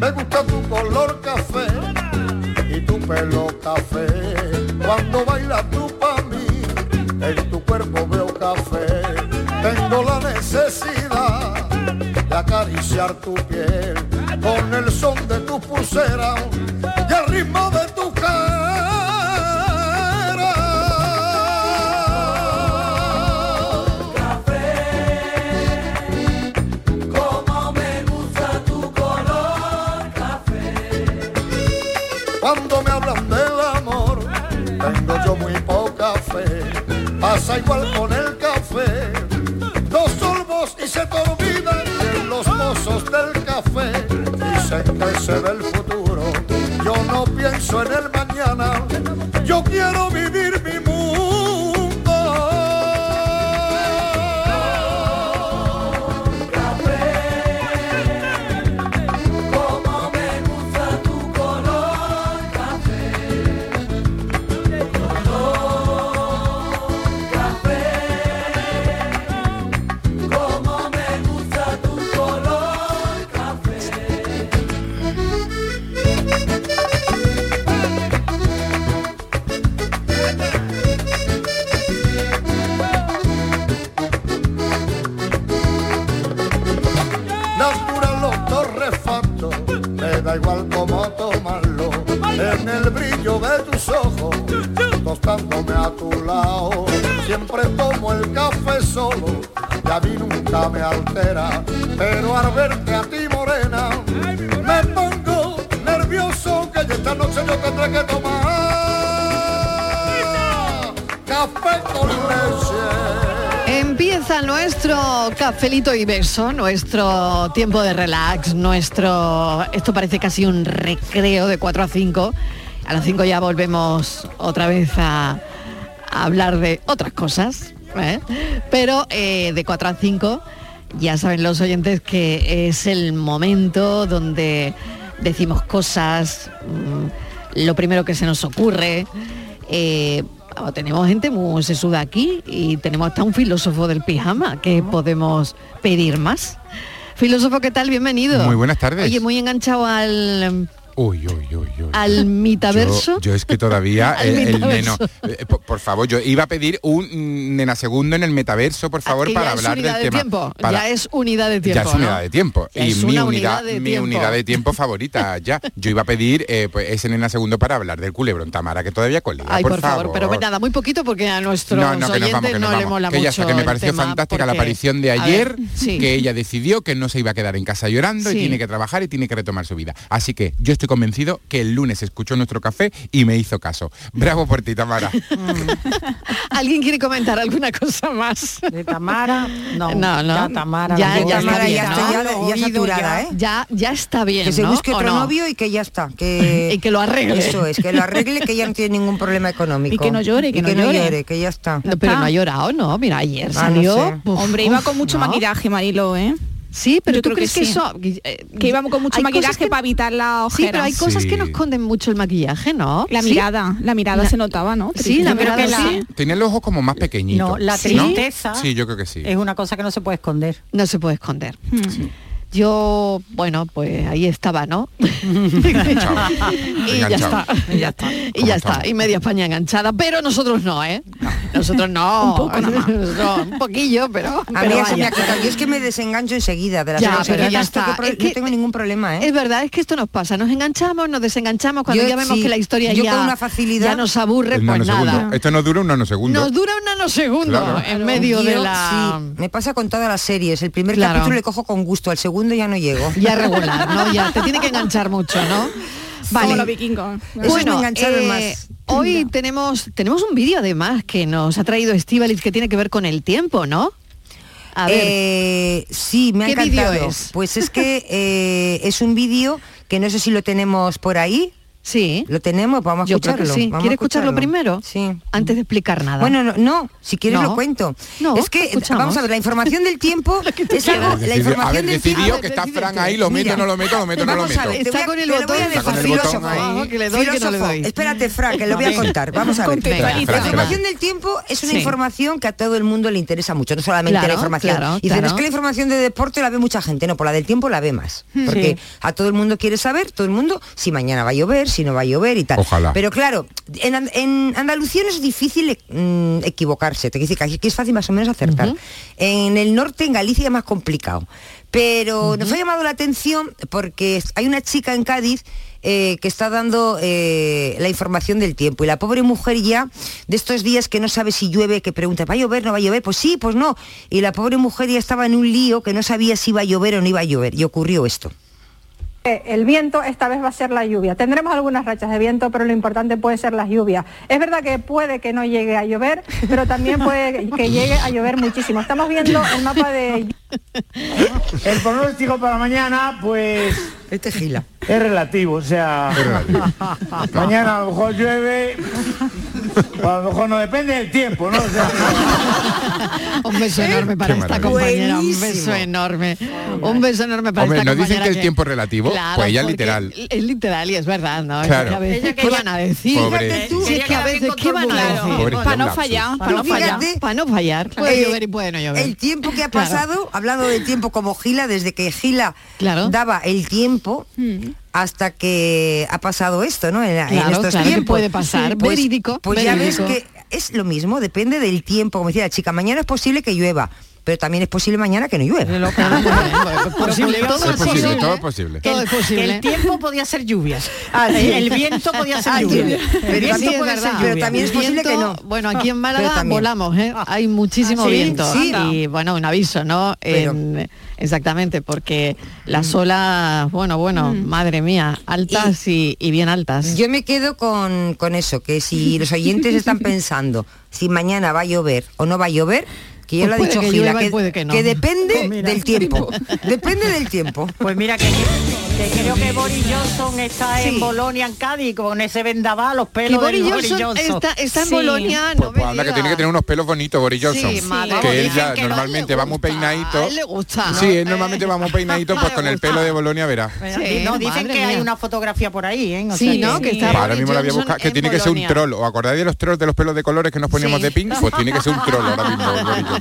Me gusta tu color café y tu pelo café. Cuando bailas tú para mí, en tu cuerpo veo café. Tengo la necesidad de acariciar tu piel con el son de tu pulsera y el ritmo de tu Como me gusta tu color Cuando me hablan del amor, tengo yo muy poca fe. Pasa igual con el café. Dos sorbos y se te olvidan de los pozos del café. Dicen que se ve el futuro. Yo no pienso en el mañana. Yo quiero vivir mi mundo. Como me gusta tu color café, color café. Como me gusta tu color natural los torrefactos, me da igual cómo tomarlo, en el brillo de tus ojos, tostándome a tu lado, siempre tomo el café solo, y a mí nunca me altera, pero al verte a ti morena, me pongo nervioso que ya esta noche yo tendré que tomar café con leche. Empieza nuestro cafelito y beso, nuestro tiempo de relax, nuestro... Esto parece casi un recreo de 4 a 5. A las 5 ya volvemos otra vez a, a hablar de otras cosas, ¿eh? pero eh, de 4 a 5 ya saben los oyentes que es el momento donde decimos cosas, mm, lo primero que se nos ocurre. eh, vamos, tenemos gente muy sesuda aquí y tenemos hasta un filósofo del pijama que podemos pedir más. Filósofo, ¿qué tal? Bienvenido. Muy buenas tardes. Oye, muy enganchado al, Uy, uy, uy, uy. al mitaverso. Yo, yo es que todavía Al el, el neno. metaverso. eh, por, por favor, yo iba a pedir un mm, nena segundo en el metaverso, por Ah, favor, que para ya es hablar unidad del de tema. tiempo. Para- Ya es unidad de tiempo. ya es unidad ¿no? de tiempo. Ya y es mi una unidad, unidad de mi tiempo. unidad de tiempo favorita ya. Yo iba a pedir eh, pues, ese nena segundo para hablar del culebrón, Tamara, que todavía colega. Ay, por, favor. Pero pues nada, muy poquito porque a nuestros No, no, que nos oyentes vamos, que no nos le vamos. mola Que mucho. ya está, que me el pareció tema fantástica la porque- aparición de A ver, ayer, sí. que ella decidió que no se iba a quedar en casa llorando Sí. y tiene que trabajar y tiene que retomar su vida. Así que yo estoy convencido que el lunes escuchó nuestro café y me hizo caso. Bravo por ti, Tamara. ¿Alguien quiere comentar alguna cosa más? De Tamara, no. No, no. Ya Tamara, ya, no. ya, Tamara está bien, ya ¿no? está- ya lo- ya Oído, saturada, ya, ¿eh? Ya, ya está bien, que se ¿no? busque ¿O otro no? novio y que ya está. Que, Y que lo arregle. Eh, Eso es, que lo arregle, que ya no tiene ningún problema económico. Y que no llore, que Y no llore. que ya está. No, pero no ha llorado, ¿no? Mira, ayer Ah, no salió... sé. Hombre, iba con mucho maquillaje, Marilo, ¿eh? Sí, pero Yo ¿tú creo que crees que, sí. eso... Que iba con mucho hay cosas maquillaje que- para evitar la Sí, ojera. pero hay cosas que no esconden mucho el maquillaje, ¿no? La ¿Sí? mirada, la mirada La- se notaba, ¿no? Sí, la Yo creo mirada que sí. Tenía los ojos como más pequeñitos. No, la ¿Sí? tristeza Sí, yo creo que sí. una cosa que no se puede esconder. No se puede esconder. Mm. Yo, bueno, pues ahí estaba, ¿no? y ya Enganchado. está. Y ya está. Y ya está. Y media España enganchada, pero nosotros no, ¿eh? Nosotros no. Un poco nada más. Nosotros un poquillo, pero. A mí pero eso me vaya. ha quitado. Yo es que me desengancho enseguida de las Ya, cosas. pero Yo ya esto está. que pro- Es que- no tengo ningún problema, ¿eh? Es verdad, es que esto nos pasa. Nos enganchamos, nos desenganchamos cuando Yo, ya vemos sí, que la historia yo ya, con una facilidad- ya nos aburre, El pues nanosegundo. nada. Esto no dura un nanosegundo. Nos dura un nanosegundo Claro. en medio de Yo, la... sí, me pasa con todas las series. El primer Claro. capítulo le cojo con gusto, al segundo ya no llego. Ya regular, ¿no? Ya te tiene que enganchar mucho, ¿no? Como los vikingos. eh, Esos me engancharon más. eh, hoy tenemos tenemos un vídeo además que nos ha traído Estivaliz que tiene que ver con el tiempo, ¿no? A ver. Eh, sí, me ha ¿Qué vídeo encantado. es? Pues es que eh, es un vídeo que no sé si lo tenemos por ahí. Sí. Lo tenemos, vamos a Yo creo que escucharlo. sí. vamos a ¿Quiere escucharlo primero? Sí. Antes de explicar nada. Bueno, no, no, si quieres No. lo cuento. No, es que, escuchamos. vamos a ver, la información del tiempo es algo, la Decidió- a ver, información del tiempo... decidió que está Fran ahí, lo meto, Mira. no lo meto, lo meto, no lo Vamos a meto. ver, te Está voy a- con el te lo voy a botón, dejar, está con el botón filósofo. ahí. Que le doy, que no le Filósofo, doy. Espérate, Fran, que lo voy a contar. Vamos a ver. Contextualiza. La Fran, información del tiempo es una Sí. información que a todo el mundo le interesa mucho, no solamente Claro, la información. claro, y dicen, claro. es que la información de deporte la ve mucha gente, no, por la del tiempo la ve más. Hmm. Porque a todo el mundo quiere saber, todo el mundo, si mañana va a llover, si no va a llover y tal. Ojalá. Pero claro, en, An- en Andalucía no es difícil mm, equivocarse, te quiero decir que aquí es fácil más o menos acertar. En el norte, en Galicia, es más complicado. Pero nos ha llamado la atención porque hay una chica en Cádiz eh, que está dando eh, la información del tiempo y la pobre mujer ya de estos días que no sabe si llueve, que pregunta, ¿va a llover? ¿No va a llover? Pues sí, pues no. Y la pobre mujer ya estaba en un lío que no sabía si iba a llover o no iba a llover. Y ocurrió esto. Eh, El viento esta vez va a ser la lluvia. Tendremos algunas rachas de viento, pero lo importante puede ser las lluvias. Es verdad que puede que no llegue a llover, pero también puede que llegue a llover muchísimo. Estamos viendo el mapa de El pronóstico para mañana, pues Este gila. es relativo, o sea, mañana a lo mejor llueve, o a lo mejor no depende del tiempo, ¿no? O sea, Un beso enorme para Qué esta maravilla. compañera, un ¿Eh? Buenísimo. beso enorme. Un beso enorme para Hombre, esta ¿no dicen compañera que el tiempo es relativo? Pues ella es porque literal. Es literal y es verdad, ¿no? Es Claro. que a veces- Ella ¿Qué quería- van a decir? Pobre. Fíjate tú, Si es que a veces, ¿qué van a Claro. decir? Pobre. Para no lapsus. fallar, para no Pero fallar. fíjate- Para no fallar, puede Eh, llover y puede no llover. El tiempo que ha Claro. pasado, hablando del tiempo como Gila, desde que Gila Claro. daba el tiempo hasta que ha pasado esto, ¿no? En, en Claro, estos claro que tiempos. puede pasar, verídico, Pues verídico. ya ves que es lo mismo, depende del tiempo. Como decía la chica, mañana es posible que llueva, pero también es posible mañana que no llueva. Es posible, todo Es posible, ¿eh? todo es posible. Todo es posible. Ah, El tiempo podía ser lluvias. El viento podía ser lluvias. El Pero Sí, viento es puede ser verdad. pero lluvia. también es El posible que viento, no. Bueno, aquí Pero en Málaga también. volvamos, ¿eh? Hay muchísimo ¿Ah, sí? viento. Sí. Y bueno, un aviso, ¿no? Pero- En- exactamente, porque las olas, bueno, bueno, Mm. madre mía, altas y, y bien altas. Yo me quedo con, con eso, que si los oyentes están pensando si mañana va a llover o no va a llover, que ya Pues lo ha puede dicho que Gila, llueva y que, puede que no. que depende Pues mira, del tiempo. depende del tiempo. Pues mira que, que creo que Boris Johnson está Sí. en Bolonia, en Cádiz, con ese vendaval, los Y pelos Boris de Johnson está, está en Sí. Bolonia, Pues, no pues me anda, que diga. tiene que tener unos pelos bonitos, Boris Johnson. Sí, madre mía. que él ya Dicen que no normalmente le va muy gusta, peinadito. a él le gusta, ¿no? Sí, él Eh. normalmente va muy peinadito, No pues le con el gusta. pelo de Bolonia verá. Sí, no, dicen madre que hay mía. una fotografía por ahí, ¿eh? O Sí, sea ¿no? que- Que está Ahora Boris mismo la voy a Johnson buscar, que en tiene que ser un Bolonia. troll. ¿O acordáis de los trolls de los pelos de colores que nos poníamos Sí. de pink? Pues tiene que ser un troll ahora mismo. Boris Johnson.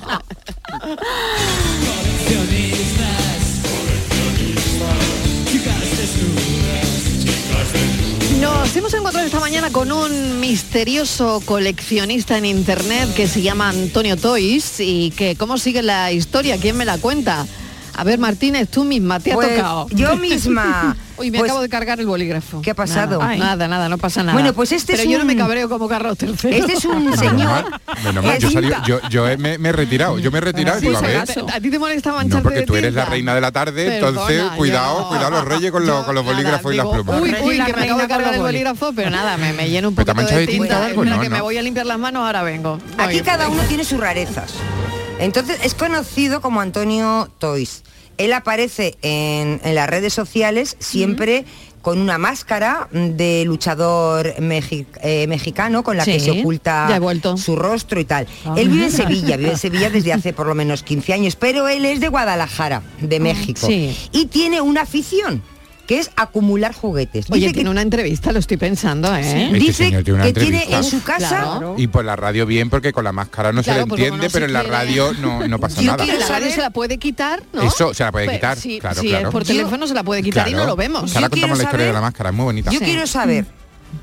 Nos hemos encontrado esta mañana con un misterioso coleccionista en internet que se llama Antonio Toys y que cómo sigue la historia, quién me la cuenta. A ver, Martínez, tú misma te ha Pues, tocado. yo misma. Uy, me Pues, acabo de cargar el bolígrafo. ¿qué ha pasado? Nada, Ay. nada, nada, no pasa nada. Bueno, pues este Pero es yo no me un- cabreo como Carlos III. Este es un Menos señor. mal, menos mal, eh, Yo, salí- tinta. yo, yo he- me, me he retirado. Yo me he retirado. Sí, digo, a ver, sacaste- a ti te molesta mancharte No, porque de tú eres la tinta? reina de la tarde, entonces Perdona, cuidado, yo- cuidado los reyes con, los- yo con los nada, bolígrafos y las digo, plumas. Uy, Reyes uy, y la que me reina acabo de con cargar el los boli. bolígrafo, pero nada, me, me lleno un Pero te ha poquito de manchado de tinta. tinta algo, Espera ¿no? que me No. voy a limpiar las manos, ahora vengo. Aquí Voy. cada uno tiene sus rarezas. Entonces, es conocido como Antonio Toys. Él aparece en, en las redes sociales siempre con una máscara de luchador mexi- eh, mexicano con la que Sí, se oculta ya he vuelto. Ah. su rostro y tal. Él vive en Sevilla, vive en Sevilla desde hace por lo menos 15 años, pero él es de Guadalajara, de México. Ah, sí. Y tiene una afición, que es acumular juguetes. Oye, Dice que- tiene una entrevista, lo estoy pensando, ¿eh? Este dice señor tiene una que tiene entrevista. en su casa... Claro. Y por la radio bien, porque con la máscara Claro, no se le porque como entiende, no se pero en la quiere- radio no, no pasa Yo nada. Que quiero la radio saber- se la puede quitar, ¿no? Eso se la puede Pues, quitar, sí, claro, sí, es claro. por Yo- teléfono se la puede quitar y no Claro. lo vemos. Ahora Yo quiero contamos la historia saber- de la máscara, es muy bonita. Yo Sí. quiero saber,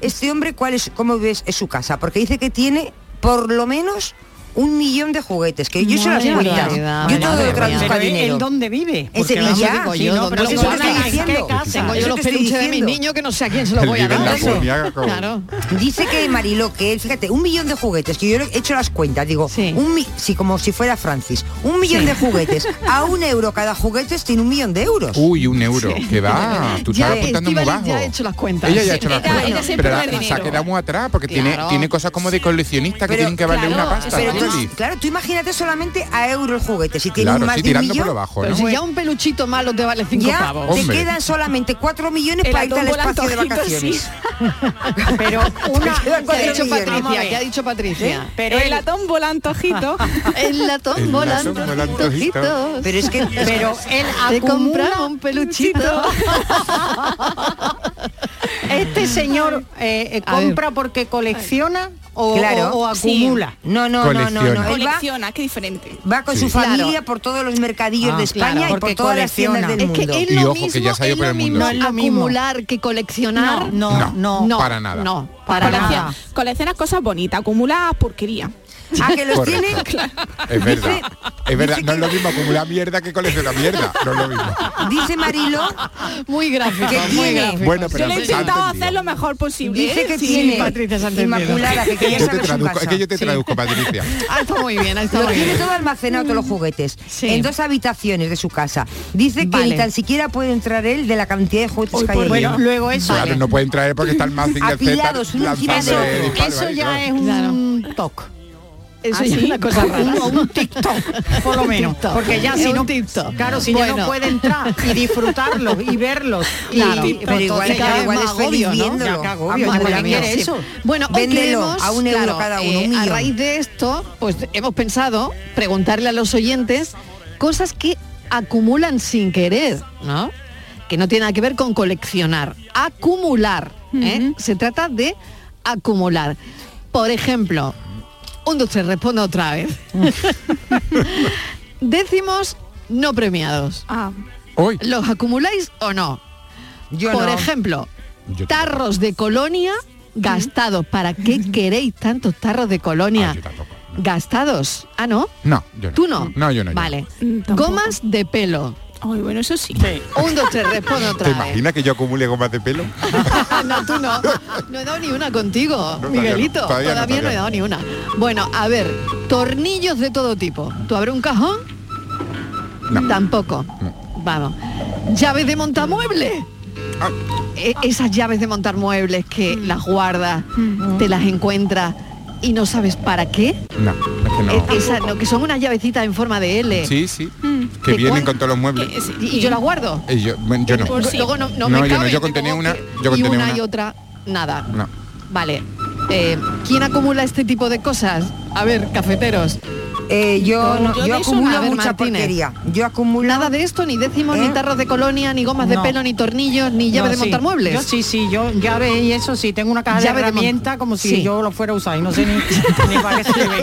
este hombre, cuál es, ¿cómo ves es su casa? Porque dice que tiene por lo menos un millón de juguetes, que yo se las Madre cuentas. barbaridad, Yo todo madre lo traduzco Pero a ¿él- dinero. ¿él dónde vive? En Porque vamos, Sevilla. pues digo Sí, yo, pero no, pero eso eso está te en estoy qué diciendo. casa. Tengo Es yo lo los que estoy peluches de mis diciendo. niños que no sé a quién se los Él voy a vive en dar. la Julia, como- Claro. Dice que Marilo, que él, fíjate, un millón de juguetes, que yo le he hecho las cuentas, digo, Sí. un mi- sí, como si fuera Francis, un millón de juguetes, a un euro cada juguete tiene un millón de euros. Uy, un euro, que va. Tú Ya, estás apuntando muy Estíbaliz bajo. ya ha hecho las cuentas. Ella ya ha Sí, hecho las ella- cuentas. ella siempre ve pero la- el se ha dinero. quedado muy atrás porque tiene, Claro. tiene cosas como de coleccionista que Pero, tienen que valer claro, una pasta. Pero tú feliz. Claro, tú imagínate solamente a euro el juguete. Si tienes Claro, más sí, de un tirando por millón, pues lo bajo, Pero ¿no? si ya un peluchito malo te vale cinco ya pavos. Te Hombre. quedan solamente 4 millones El para irte al atún espacio de volando, vacaciones. sí. Pero Una, Te quedan ¿qué ha cuatro dicho millones. Vamos a Patricia? ver. ¿Qué ha dicho Patricia? ¿Eh? Pero el latón vola antojito. el latón El vola latón vola antojito. antojitos. Pero es que- Pero él Te acumula compra un peluchito. este señor eh, eh, compra porque colecciona o, Claro. o- o acumula. Sí. No, no, no, no, no. Colecciona. Él va- Colecciona, qué diferente. Va con su Claro. familia por todos los mercadillos Ah, de España claro, y por porque todas las tiendas del colecciona. mundo. Es que Y es lo ojo, que mismo, ya se ha ido es por lo el mundo, mismo sí. No es lo mismo. acumular que coleccionar. No, no, no. no, para nada. No, para Colecciona- nada. colecciona cosas bonitas, acumula porquería. Ah, que los Correcto. tiene. Es verdad. Es verdad, no es lo mismo acumular mierda que coleccionar mierda. No es lo mismo. Dice Marilo Muy gráfico, que muy tiene. gráfico. Bueno, Yo pero le he se ha intentado entendido. hacer lo mejor posible. ¿eh? Dice que Sí. tiene Patricia, se ha entendido. Inmaculada, que quería Yo te saber su traduzco, es casa. que yo te traduzco, Patricia. Ah, está muy bien, está Lo muy tiene bien. todo almacenado, todos los juguetes, Sí. en dos habitaciones de su casa. Dice que Vale. pues ni tan siquiera puede entrar él de la cantidad de juguetes que hay ahí. Bueno, luego eso. Claro, no pueden traer porque está el Mazinger Z Apilados, uno encima de lanzándole otro. disparos Eso ahí, ya claro. es un toc. Eso Así, ya es una cosa rara. Ah, Un, un TikTok, por lo Un menos. TikTok. Porque ya Es si un no, TikTok. claro, si ya Bueno. no puede entrar y disfrutarlos y verlos. y- Claro, y, pero igual- entonces pero ya- igual es feliz viéndolo. Ya, qué agobio, Ah, ya, madre ¿para qué mía, quiere sí. eso? Bueno, hoy Véndelo queremos, eh, a un euro cada uno, un a millón. raíz de esto, pues hemos pensado preguntarle a los oyentes cosas que acumulan sin querer, ¿no? Que no tiene nada que ver con coleccionar, acumular. ¿eh? Se trata de acumular. Por ejemplo, un dos tres responde otra vez. Décimos no premiados. Ah, Hoy. ¿Los acumuláis o no? Yo Por no. ejemplo, Yo tarros de colonia gastados. ¿Para qué queréis tantos tarros de colonia? Ah, yo tampoco. gastados. Ah, ¿no? No, yo no. ¿Tú no? No, yo no. yo Vale. Mm, tampoco. Gomas de pelo. ay, bueno, eso sí. Un, dos, tres, respondo no. otra ¿Te vez. imaginas que yo acumule gomas de pelo? no, tú no. No he dado ni una contigo, No, todavía Miguelito. no, Todavía, todavía no, no, he todavía dado ni una. Bueno, a ver, tornillos de todo tipo. ¿Tú abres un cajón? No. Tampoco. No. Vamos. Llaves de montamuebles. Ah, E- esas llaves de montar muebles que las guardas, te las encuentras y no sabes para qué. no, es que E- no. esa- no, que son unas llavecitas en forma de L. Sí, sí. ¿Te Que vienen cuento? con todos los muebles. Que- sí. Y, y yo las guardo. Eh, yo, bueno, yo no. Por si- Luego no, no No, me yo no, caben, yo tengo contenía una- que- yo y contenía una, una. y otra, nada. No. Vale. Eh, ¿Quién acumula este tipo de cosas? A ver, cafeteros. Eh, yo, no- Yo yo de eso acumulo no. A ver, mucha Martínez. porquería. Yo acumulo Nada de esto, ni décimos, ¿Eh? ni tarros de colonia, ni gomas de No. pelo, ni tornillos, ni llave No, de sí. montar muebles. Yo sí, sí, yo llaves y eso sí, tengo una caja Llave de de mon- herramientas como si Sí. yo lo fuera a usar y no sé ni, ni para qué sirve.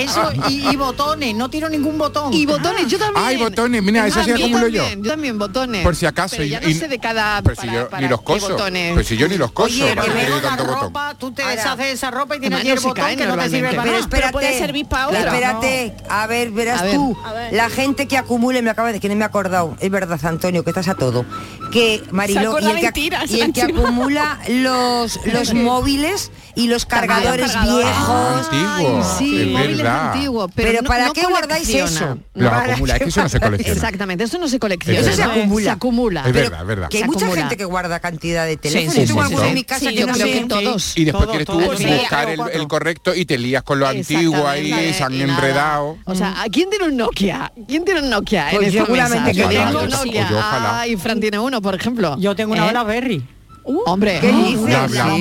Eso y, y botones, no tiro ningún botón. Y botones, yo también. Ay, botones, mira, eso Ah, sí yo acumulo yo. también, Yo también botones. Por si acaso, Pero ya y- no y- sé de cada Pero si para- yo para ni los qué coso. botones. Pero si yo ni los coso. Oye, ¿para que qué le veo doy luego la tanto botón? ropa, tú te Ahora. deshaces de esa ropa y tienes Además, aquí no el se botón caen que no te sirve normalmente. para Pero nada. espérate, puede servir pa' otra. Espérate, a ver, verás A ver. tú. A ver. La gente que acumula, me acaba de que no me he acordado, es verdad, Antonio, que estás a todo. Que Marilo, acuerda y el que, mentiras, y el que encima. acumula los, los móviles y los cargadores cargadores. viejos. Antiguo, Sí, es móviles verdad. antiguos. Pero, Pero, no- ¿para no qué guardáis colecciona. eso? Los Para- acumula, es que eso no se colecciona. Exactamente, eso no se colecciona. Eso se acumula. Se acumula. Es verdad, es verdad. Que hay Se mucha acumula. gente que guarda cantidad de teléfonos. sí, Yo tengo sí, alguno sí. en mi casa Sí, que yo no creo sé. que todos. Y después Todo, quieres tú todo, sí. buscar Sí, el, cuatro. el correcto y te lías con lo antiguo ahí, Exactamente, se han y nada. enredado. O sea, ¿a quién tiene un Nokia? ¿quién tiene un Nokia? en Pues esta seguramente mesa? que Yo yo. tengo un Ojalá, Nokia. yo ojalá. Ah, y Fran tiene uno, por ejemplo. Yo tengo una ¿Eh? Blackberry. Hombre, Uh, ¿Qué oh, dices? La Black-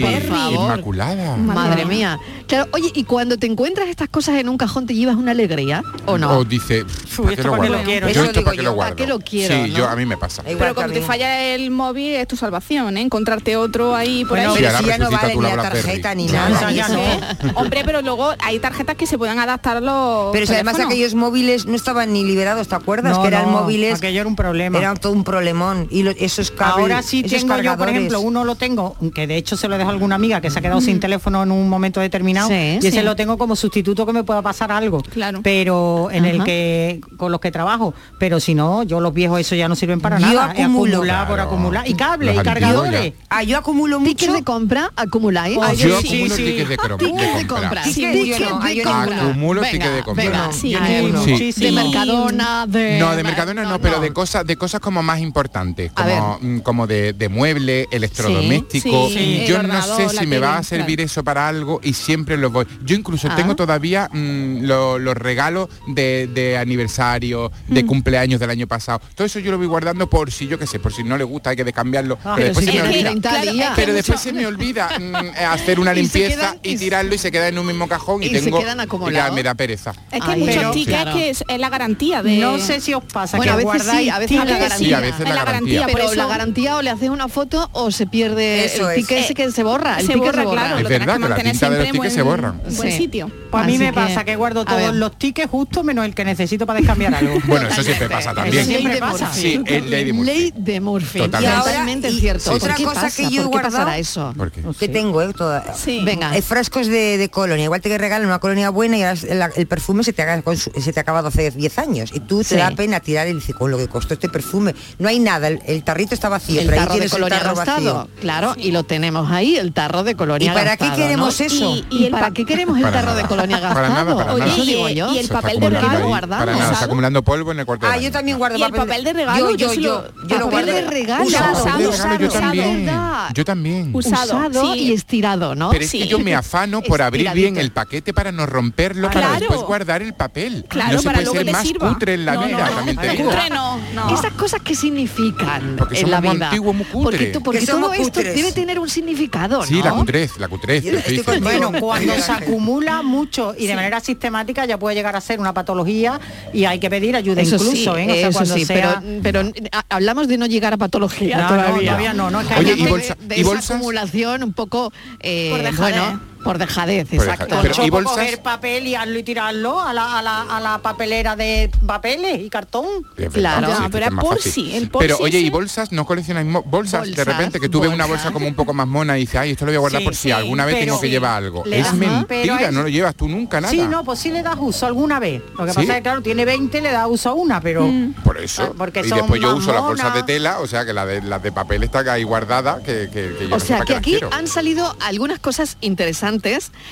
Blackberry, por favor. Inmaculada. Madre mía. Claro, oye, y cuando te encuentras estas cosas en un cajón te llevas una alegría o no? O dice, ¿para qué esto lo para qué lo guardo? quiero. Yo Eso esto digo para qué yo, lo ¿para guardo. qué lo quiero, Sí, no? yo a mí me pasa. Igual Pero que a cuando te mí. falla el móvil es tu salvación, ¿eh? Encontrarte otro ahí por Bueno, ahí. Y Pero ahora si ya no resucita vale tú ni la la Blackberry. tarjeta ni No, nada. esa y ya eso- no. ¿eh? Hombre, pero luego hay tarjetas que se pueden adaptar a los Pero si además teléfonos. aquellos móviles no estaban ni liberados, ¿te acuerdas? No, que eran no, móviles. aquello era un problema. Era todo un problemón. Y lo- esos cables. Ahora sí esos tengo yo, por cargadores. ejemplo, uno lo tengo, que de hecho se lo dejo a alguna amiga que se ha quedado sin teléfono en un momento determinado Mm. Sí, y ese sí. lo tengo como sustituto que me pueda pasar algo. Claro. Pero en el Ajá. que con los que trabajo, pero si no, yo los viejos eso ya no sirven para Yo nada. Es acumulo. acumular por Claro. acumular y cables y Ah, Los antiguos cargadores. Ah, yo acumulo ¿Tickets mucho. de compra acumuláis? Ay, Ah, Yo sí, acumulo sí. tickets de, cro- Tickets de de compra. compra. Sí, Tickets yo no, de yo no. compra. Acumulo Venga, tickets de compra. venga. No, Sí, yo A ver, ninguno. Sí. Muchísimo. De Mercadona, de... No, de Mercadona no, pero de cosas de cosas como más importantes, A como, mm, como de, de muebles, mueble, electrodoméstico. Sí, sí, yo el no sé ordenador, si la me va a tele, servir claro. eso para algo y siempre lo voy. Yo incluso Ah. tengo todavía mm, lo- los regalos de, de aniversario, Mm. de cumpleaños del año pasado. Todo eso yo lo voy guardando por si yo qué sé, por si no le gusta, hay que cambiarlo. Ah, pero pero después si se me tiene olvida. 30 Claro, días. es que Pero después mucho- se me olvida mm, hacer una Y se limpieza quedan- y, tirarlo y se queda en un mismo cajón y, y se tengo quedan y ya acumulados. me da pereza. Es que hay muchos tickets que es, es la garantía de... No sé si os pasa Bueno, a veces sí, a veces la Sí, garantía. a veces la garantía. pero por la eso- garantía o le haces una foto o se pierde Eso el es. ticket ese que se borra. El Se ticket borra, Eh, se borra. claro, Es lo tenés verdad que la mantener tinta de los siempre tickets en se buen- borran. buen Sí. sitio. Pues a mí Así me que, pasa que guardo a todos ver. los tickets justo menos el que necesito para descambiar algo. Bueno, eso siempre pasa también. Eso siempre pasa. Sí, es ley de Murphy. Ley de Murphy. Totalmente. Y ahora, Totalmente y cierto. otra ¿Por qué cosa pasa? que yo he ¿Por qué guardado- pasará eso? que tengo, ¿eh? Toda, Venga. eh, frascos de, de colonia. Igual te regalan una colonia buena y ahora es- la- el perfume se te, haga con su- se te ha acabado hace 10 años. Y tú Sí. te da pena tirar el dices, con lo que costó este perfume. No hay nada, el, el tarrito está vacío, El pero ahí tarro de tienes el colonia tarro gastado, vacío. claro, y lo tenemos ahí, el tarro de colonia ¿Y para qué gastado. queremos ¿no? eso? ¿Y, y Y el para pa- qué queremos el Para tarro de nada. colonia gastado? Para nada, para Oye, nada. eso digo yo. Se está acumulando ahí, Para nada, está acumulando polvo en el cuarto de Ah, baño. yo también guardo Y el papel de regalo, Yo, yo, yo sí yo, lo- yo lo Papel guardo. de regalo. Usado, Papel de regalo, yo usado, también. usado. Yo también. Usado, sí. y estirado, ¿no? Pero es que yo me afano por abrir bien Estiradito. el paquete para no romperlo, Claro. para después guardar el papel. Claro, no se para puede luego ser le más sirva. cutre en la No, no, vida, no. también te Ay, digo. cutre no, Esas cosas que significan Porque en la somos vida. antiguos, muy porque cutres. tú- porque Que todo somos esto cutres. debe tener un significado, ¿no? Sí, la cutrez, la cutrez. Yo lo estoy dices. contigo. Bueno, cuando se acumula mucho y de manera sistemática ya puede llegar a ser una patología y hay que pedir ayuda Eso incluso, sí, ¿eh? O sea, eso cuando sí, sea- pero, pero a- hablamos de no llegar a patología No, no, todavía. todavía no, no, es que Oye, hablamos ¿y de- bolsa- de, y esa bolsas? acumulación un poco, eh, Por dejadez. bueno, por dejadez, Por exacto. dejadez. Pero, ¿y Puedo bolsas? coger papel y hazlo y tirarlo a la, a la- a la papelera de papeles y cartón. Es verdad, sí, es que es más fácil. Pero oye, ¿y bolsas? ¿No coleccionas mo- bolsas? de Bolsas, repente que tú ves una bolsas. bolsa como un poco más mona y dices, ay, esto lo voy a guardar Sí, por si sí, alguna vez tengo pero- que llevar sí. algo. Le es das- pero mentira, es- no lo llevas tú nunca nada. Sí, no, pues sí le das uso alguna vez. Lo que ¿Sí? pasa es que, claro, tiene 20, le da uso a una, pero... Mm. Por eso. Ah, porque y son después yo uso las mamonas. bolsas de tela, o sea que la de, las de papel está ahí guardada, que, que- que yo O no sé sea para que qué las aquí quiero. han salido algunas cosas interesantes,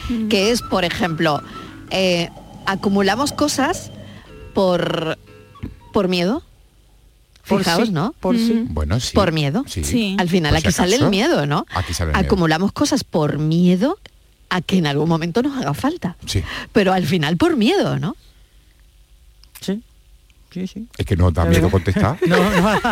Mm. que es, por ejemplo, eh, acumulamos cosas por, por miedo. Por Fijaos, sí, ¿no? por sí. Bueno, sí. Por miedo. Sí. Sí. Al final Por si aquí sale el acaso. miedo, ¿no? Aquí sale el miedo. Acumulamos cosas por miedo a que en algún momento nos haga falta. Sí. Pero al final por miedo, ¿no? Sí, sí. Es que no da Es miedo verdad. contestar. No,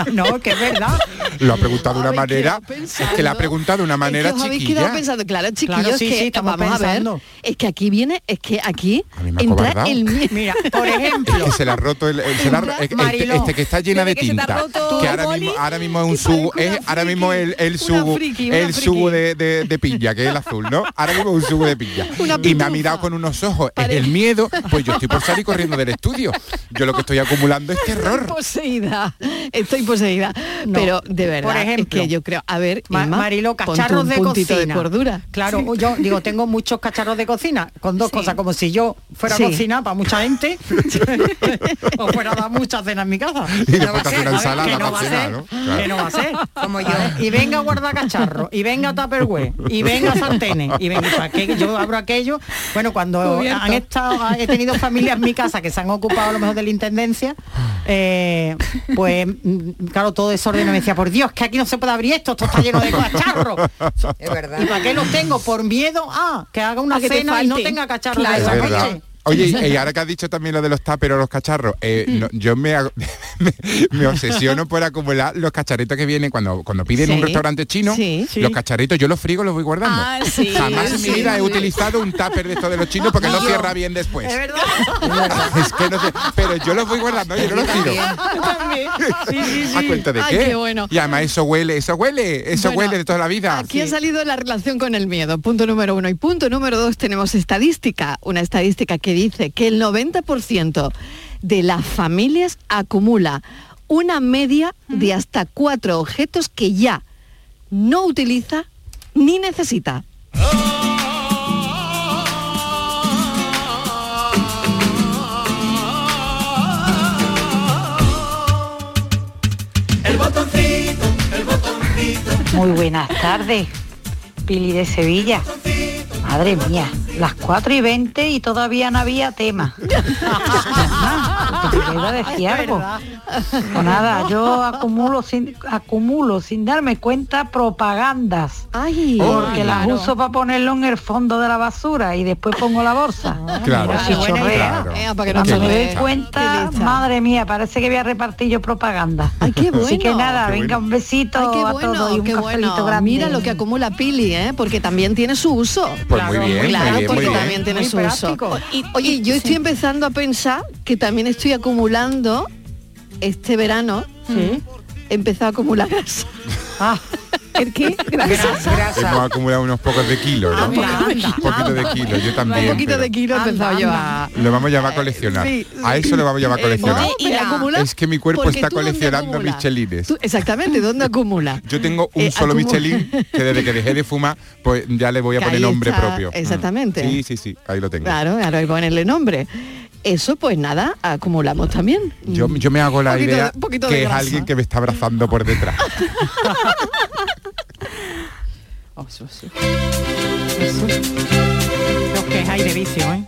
no, no, que es verdad. Lo ha preguntado de una Habéis quedado manera. Es que la ha preguntado de una manera es que os habéis chiquilla. quedado pensando, claro, chiquillos, Claro, sí, que sí, estamos vamos a pensando. ver, es que aquí viene, es que aquí mí me entra ha acobardado. el miedo. Mira, por Es ejemplo, que se le ha roto el, el- se le ha- Entra, este- Mariló, este, que está llena de desde que se te ha tinta roto que el ahora boli, mismo ahora mismo es un subo es ahora mismo el, el subo friki, una el friki. subo de, de- de pilla que es el azul no ahora mismo es un subo de pilla Una y me pitufa. ha mirado con unos ojos es el miedo pues yo estoy por salir corriendo del estudio yo lo que estoy acumulando es terror Estoy poseída, estoy poseída. No. Pero de verdad, Por es ejemplo, que yo creo, a ver, Ma- Inma, Marilo, ponte cacharros un de puntito cocina. de cordura. Claro, yo digo, tengo muchos cacharros de cocina, con dos cosas, como si yo fuera Sí. a cocinar para mucha gente o fuera a dar muchas cenas en mi casa. y después te hace una ¿Sabes? ensalada que no para va a cenar ser, ¿no? que no Claro. va a ser. Como yo. Y venga a guardar cacharro, y venga Tupperware, y venga sartenes, y venga ¿para qué? yo abro aquello. Bueno, cuando Cubierto. han estado, ha- he tenido familias en mi casa que se han ocupado a lo mejor de la intendencia, eh, pues mm, claro, todo desorden me decía, por Dios, que aquí no se puede abrir esto, esto está lleno de cacharros. Es verdad. ¿Y para qué los tengo? Por miedo a que haga una A que te cena y no falte. tenga cacharros Claro. esa Es verdad. noche. Oye, y- y ahora que has dicho también lo de los taperos, los cacharros, eh, no, yo me, hago- me, me obsesiono por acumular los cacharritos que vienen cuando, cuando piden Sí. un restaurante chino, Sí. los cacharritos yo los frigo, los voy guardando. Ah, sí, Jamás en sí, mi vida he sí. utilizado un tupper de estos de los chinos porque no Yo. cierra bien después. Es verdad. es que no sé, pero yo los voy guardando, yo no los tiro. También. Sí, sí, sí. ¿A cuenta de Ay, qué? qué bueno. Y además eso huele, eso huele, eso Bueno, huele de toda la vida. Aquí ha salido la relación con el miedo, punto número uno. Y punto número dos, tenemos estadística, una estadística que dice que el 90% de las familias acumula una media de hasta cuatro objetos que ya no utiliza ni necesita. El botoncito, el botoncito. Muy buenas tardes, Pili de Sevilla. Madre mía, las 4 y 20 y todavía no había tema. que te queda de ciervo. O Pues nada, yo acumulo sin, acumulo sin darme cuenta propagandas. porque Ay, las claro. uso para ponerlo en el fondo de la basura y después pongo la bolsa. Claro, Por si Ah, buena idea. chorrea. Claro. Eh, para que no Cuando me chorree. doy cuenta, madre mía, parece que voy a repartir yo propaganda. Así que bueno. nada, Qué bueno. venga, un besito Ay, qué a bueno, todos y un qué cafelito bueno. grande. Mira lo que acumula Pili, ¿eh? porque también tiene su uso. Pues muy bien, muy claro, bien, muy porque bien. también tiene Muy su práctico. uso. Y, oye, yo estoy empezando a pensar que también estoy acumulando este verano. Sí. He empezado a acumular grasa. Ah. ¿El qué? Grasa. Hemos acumulado unos pocos de kilos, Ah, ¿no? Un poquito de kilos, yo también. Un poquito pero de kilo he empezado yo a... Lo vamos a llevar a coleccionar. Eh, Sí, sí. A eso lo vamos a llevar a Eh, coleccionar. ¿dónde- y acumula? Es que mi cuerpo Porque está tú dónde coleccionando acumulas. michelines. Tú- exactamente, ¿dónde acumula? Yo tengo un Eh, solo acumula- Michelin que desde que dejé de fumar, pues ya le voy a Que poner ahí nombre está, propio. Mm. exactamente. Sí, sí, sí, ahí lo tengo. Claro, ahora hay que ponerle nombre. Eso pues nada, acumulamos también. Mm. Yo, yo me hago la Poquito de- idea poquito de que es grasa. alguien que me está abrazando por detrás. Oh, Los que es aire vicio, ¿eh?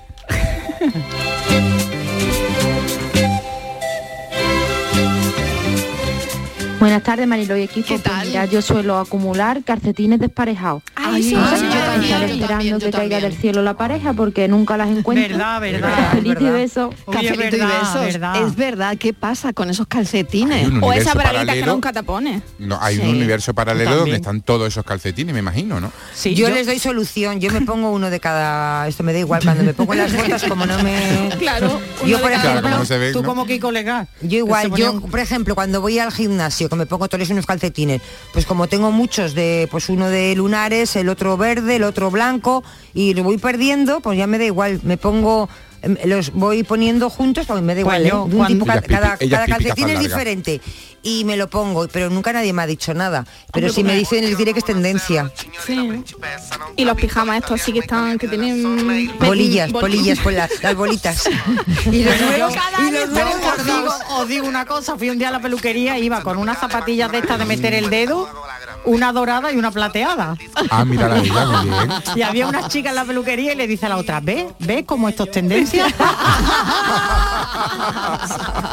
Buenas tardes, Marilo y equipo. Pues mira, yo suelo acumular calcetines desparejados. Ay, Y sí, nunca sí, yo estar también, yo esperando también, yo que caiga del cielo la pareja porque nunca las encuentro. Verdad, verdad, Cafelito y besos. Cafelito y besos. Es verdad, ¿qué pasa con esos calcetines? Hay un O esa universo braguita que paralelo. nunca tapones. No, hay Sí. un universo paralelo donde También. están todos esos calcetines, me imagino, ¿no? yo, les doy solución, yo me pongo uno de cada, esto me da igual, cuando me pongo las botas como no me... Claro, yo uno por de cada ejemplo, uno. tú como Kiko Legar. Yo igual, Se ponía yo un- por ejemplo, cuando voy al gimnasio, que me pongo todos unos calcetines, pues como tengo muchos de, pues uno de lunares, el otro verde, el otro blanco, y lo voy perdiendo, pues ya me da igual, me pongo, em, los voy poniendo juntos, pues me da igual, Pues yo, ¿eh? De un tipo, cuando- Ella ca- es pipi- cada, ella es cada pipi calcetín capa es larga. diferente, y me lo pongo, pero nunca nadie me ha dicho nada, pero Hombre, si me porque- dicen, les diré que es tendencia. Sí. Y los pijamas estos sí que están, que tienen Bolillas, bolillas, pues las, las bolitas. y los Yo huevos, cada y año los tengo huevos que os, digo, gordos. os digo una cosa, fui un día a la peluquería iba con unas zapatillas de estas de meter el dedo, una dorada y una plateada. Ah, mira la vida, muy bien. Y había una chica en la peluquería y le dice a la otra, ¿ves? ¿Ves cómo esto es tendencia?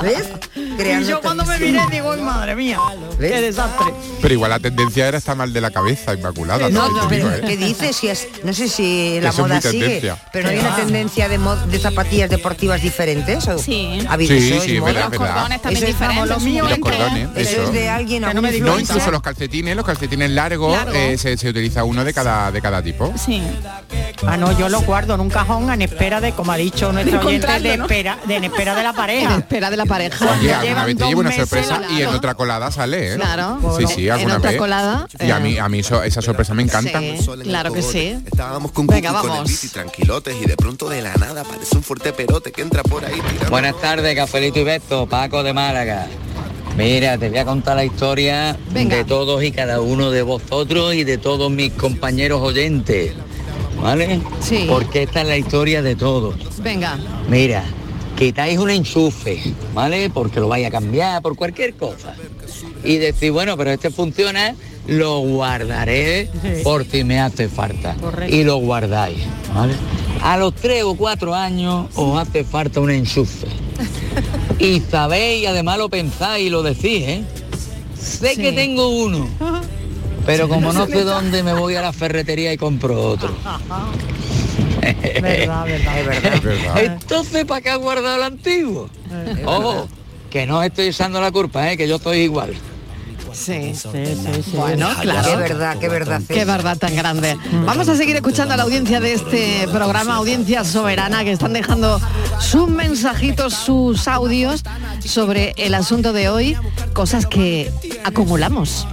¿Ves? y yo cuando me miré digo, "Ay, madre mía, qué desastre. Pero igual la tendencia era estar mal de la cabeza, inmaculada. No, también no, te digo, pero ¿eh? ¿qué dices? Si es, no sé si la Eso es moda muy sigue, tendencia. pero ¿no hay una tendencia de, mod- de zapatillas deportivas diferentes? ¿O sí. Ha habido Sí, eso, sí, es es verdad, moda? es verdad. Eso es, vamos, lo mío Y los es que- cordones, Eso es de alguien, algún No, influencer. incluso los calcetines, los calcetines largos, Largo. eh, se, se utiliza uno de cada, de cada tipo. Sí. Ah, no, yo lo guardo en un cajón en espera de, como ha dicho nuestro De oyente, encontrarlo, de ¿no? espera, de en espera de la pareja. En espera de la pareja. Oye, alguna vez te dos llevo una meses, sorpresa y en claro. otra colada sale, ¿eh? Claro. Sí, sí, En alguna otra vez. colada, Y a mí, a mí eso- esa sorpresa me encanta. Sí, claro que sí. Estábamos con Venga, Cucu con el vamos. bici tranquilotes y de pronto de la nada aparece un fuerte perote que entra por ahí tirando. Buenas tardes, Cafelito y Beto, Paco de Málaga. Mira, te voy a contar la historia de todos y cada uno de vosotros y de todos mis compañeros oyentes. ¿Vale? Sí. Porque esta es la historia de todos. Venga. Mira, quitáis un enchufe, ¿vale? Porque lo vais a cambiar por cualquier cosa. Y decís, bueno, pero este funciona, lo guardaré por si me hace falta. Correcto. Y lo guardáis, ¿vale? A los tres o cuatro años os hace falta un enchufe. y sabéis, además lo pensáis y lo decís, ¿eh? Sé que tengo uno, pero como no sé dónde me voy a la ferretería y compro otro. Verdad, verdad. Es verdad. Entonces, ¿para qué has guardado el antiguo? Oh. Ojo, que no estoy echando la culpa, ¿eh? que yo estoy igual. Sí, Bueno, Bueno, claro. qué verdad, qué verdad es. Qué verdad tan grande. Vamos a seguir escuchando a la audiencia de este programa, Audiencia Soberana, que están dejando sus mensajitos, sus audios sobre el asunto de hoy, cosas que acumulamos.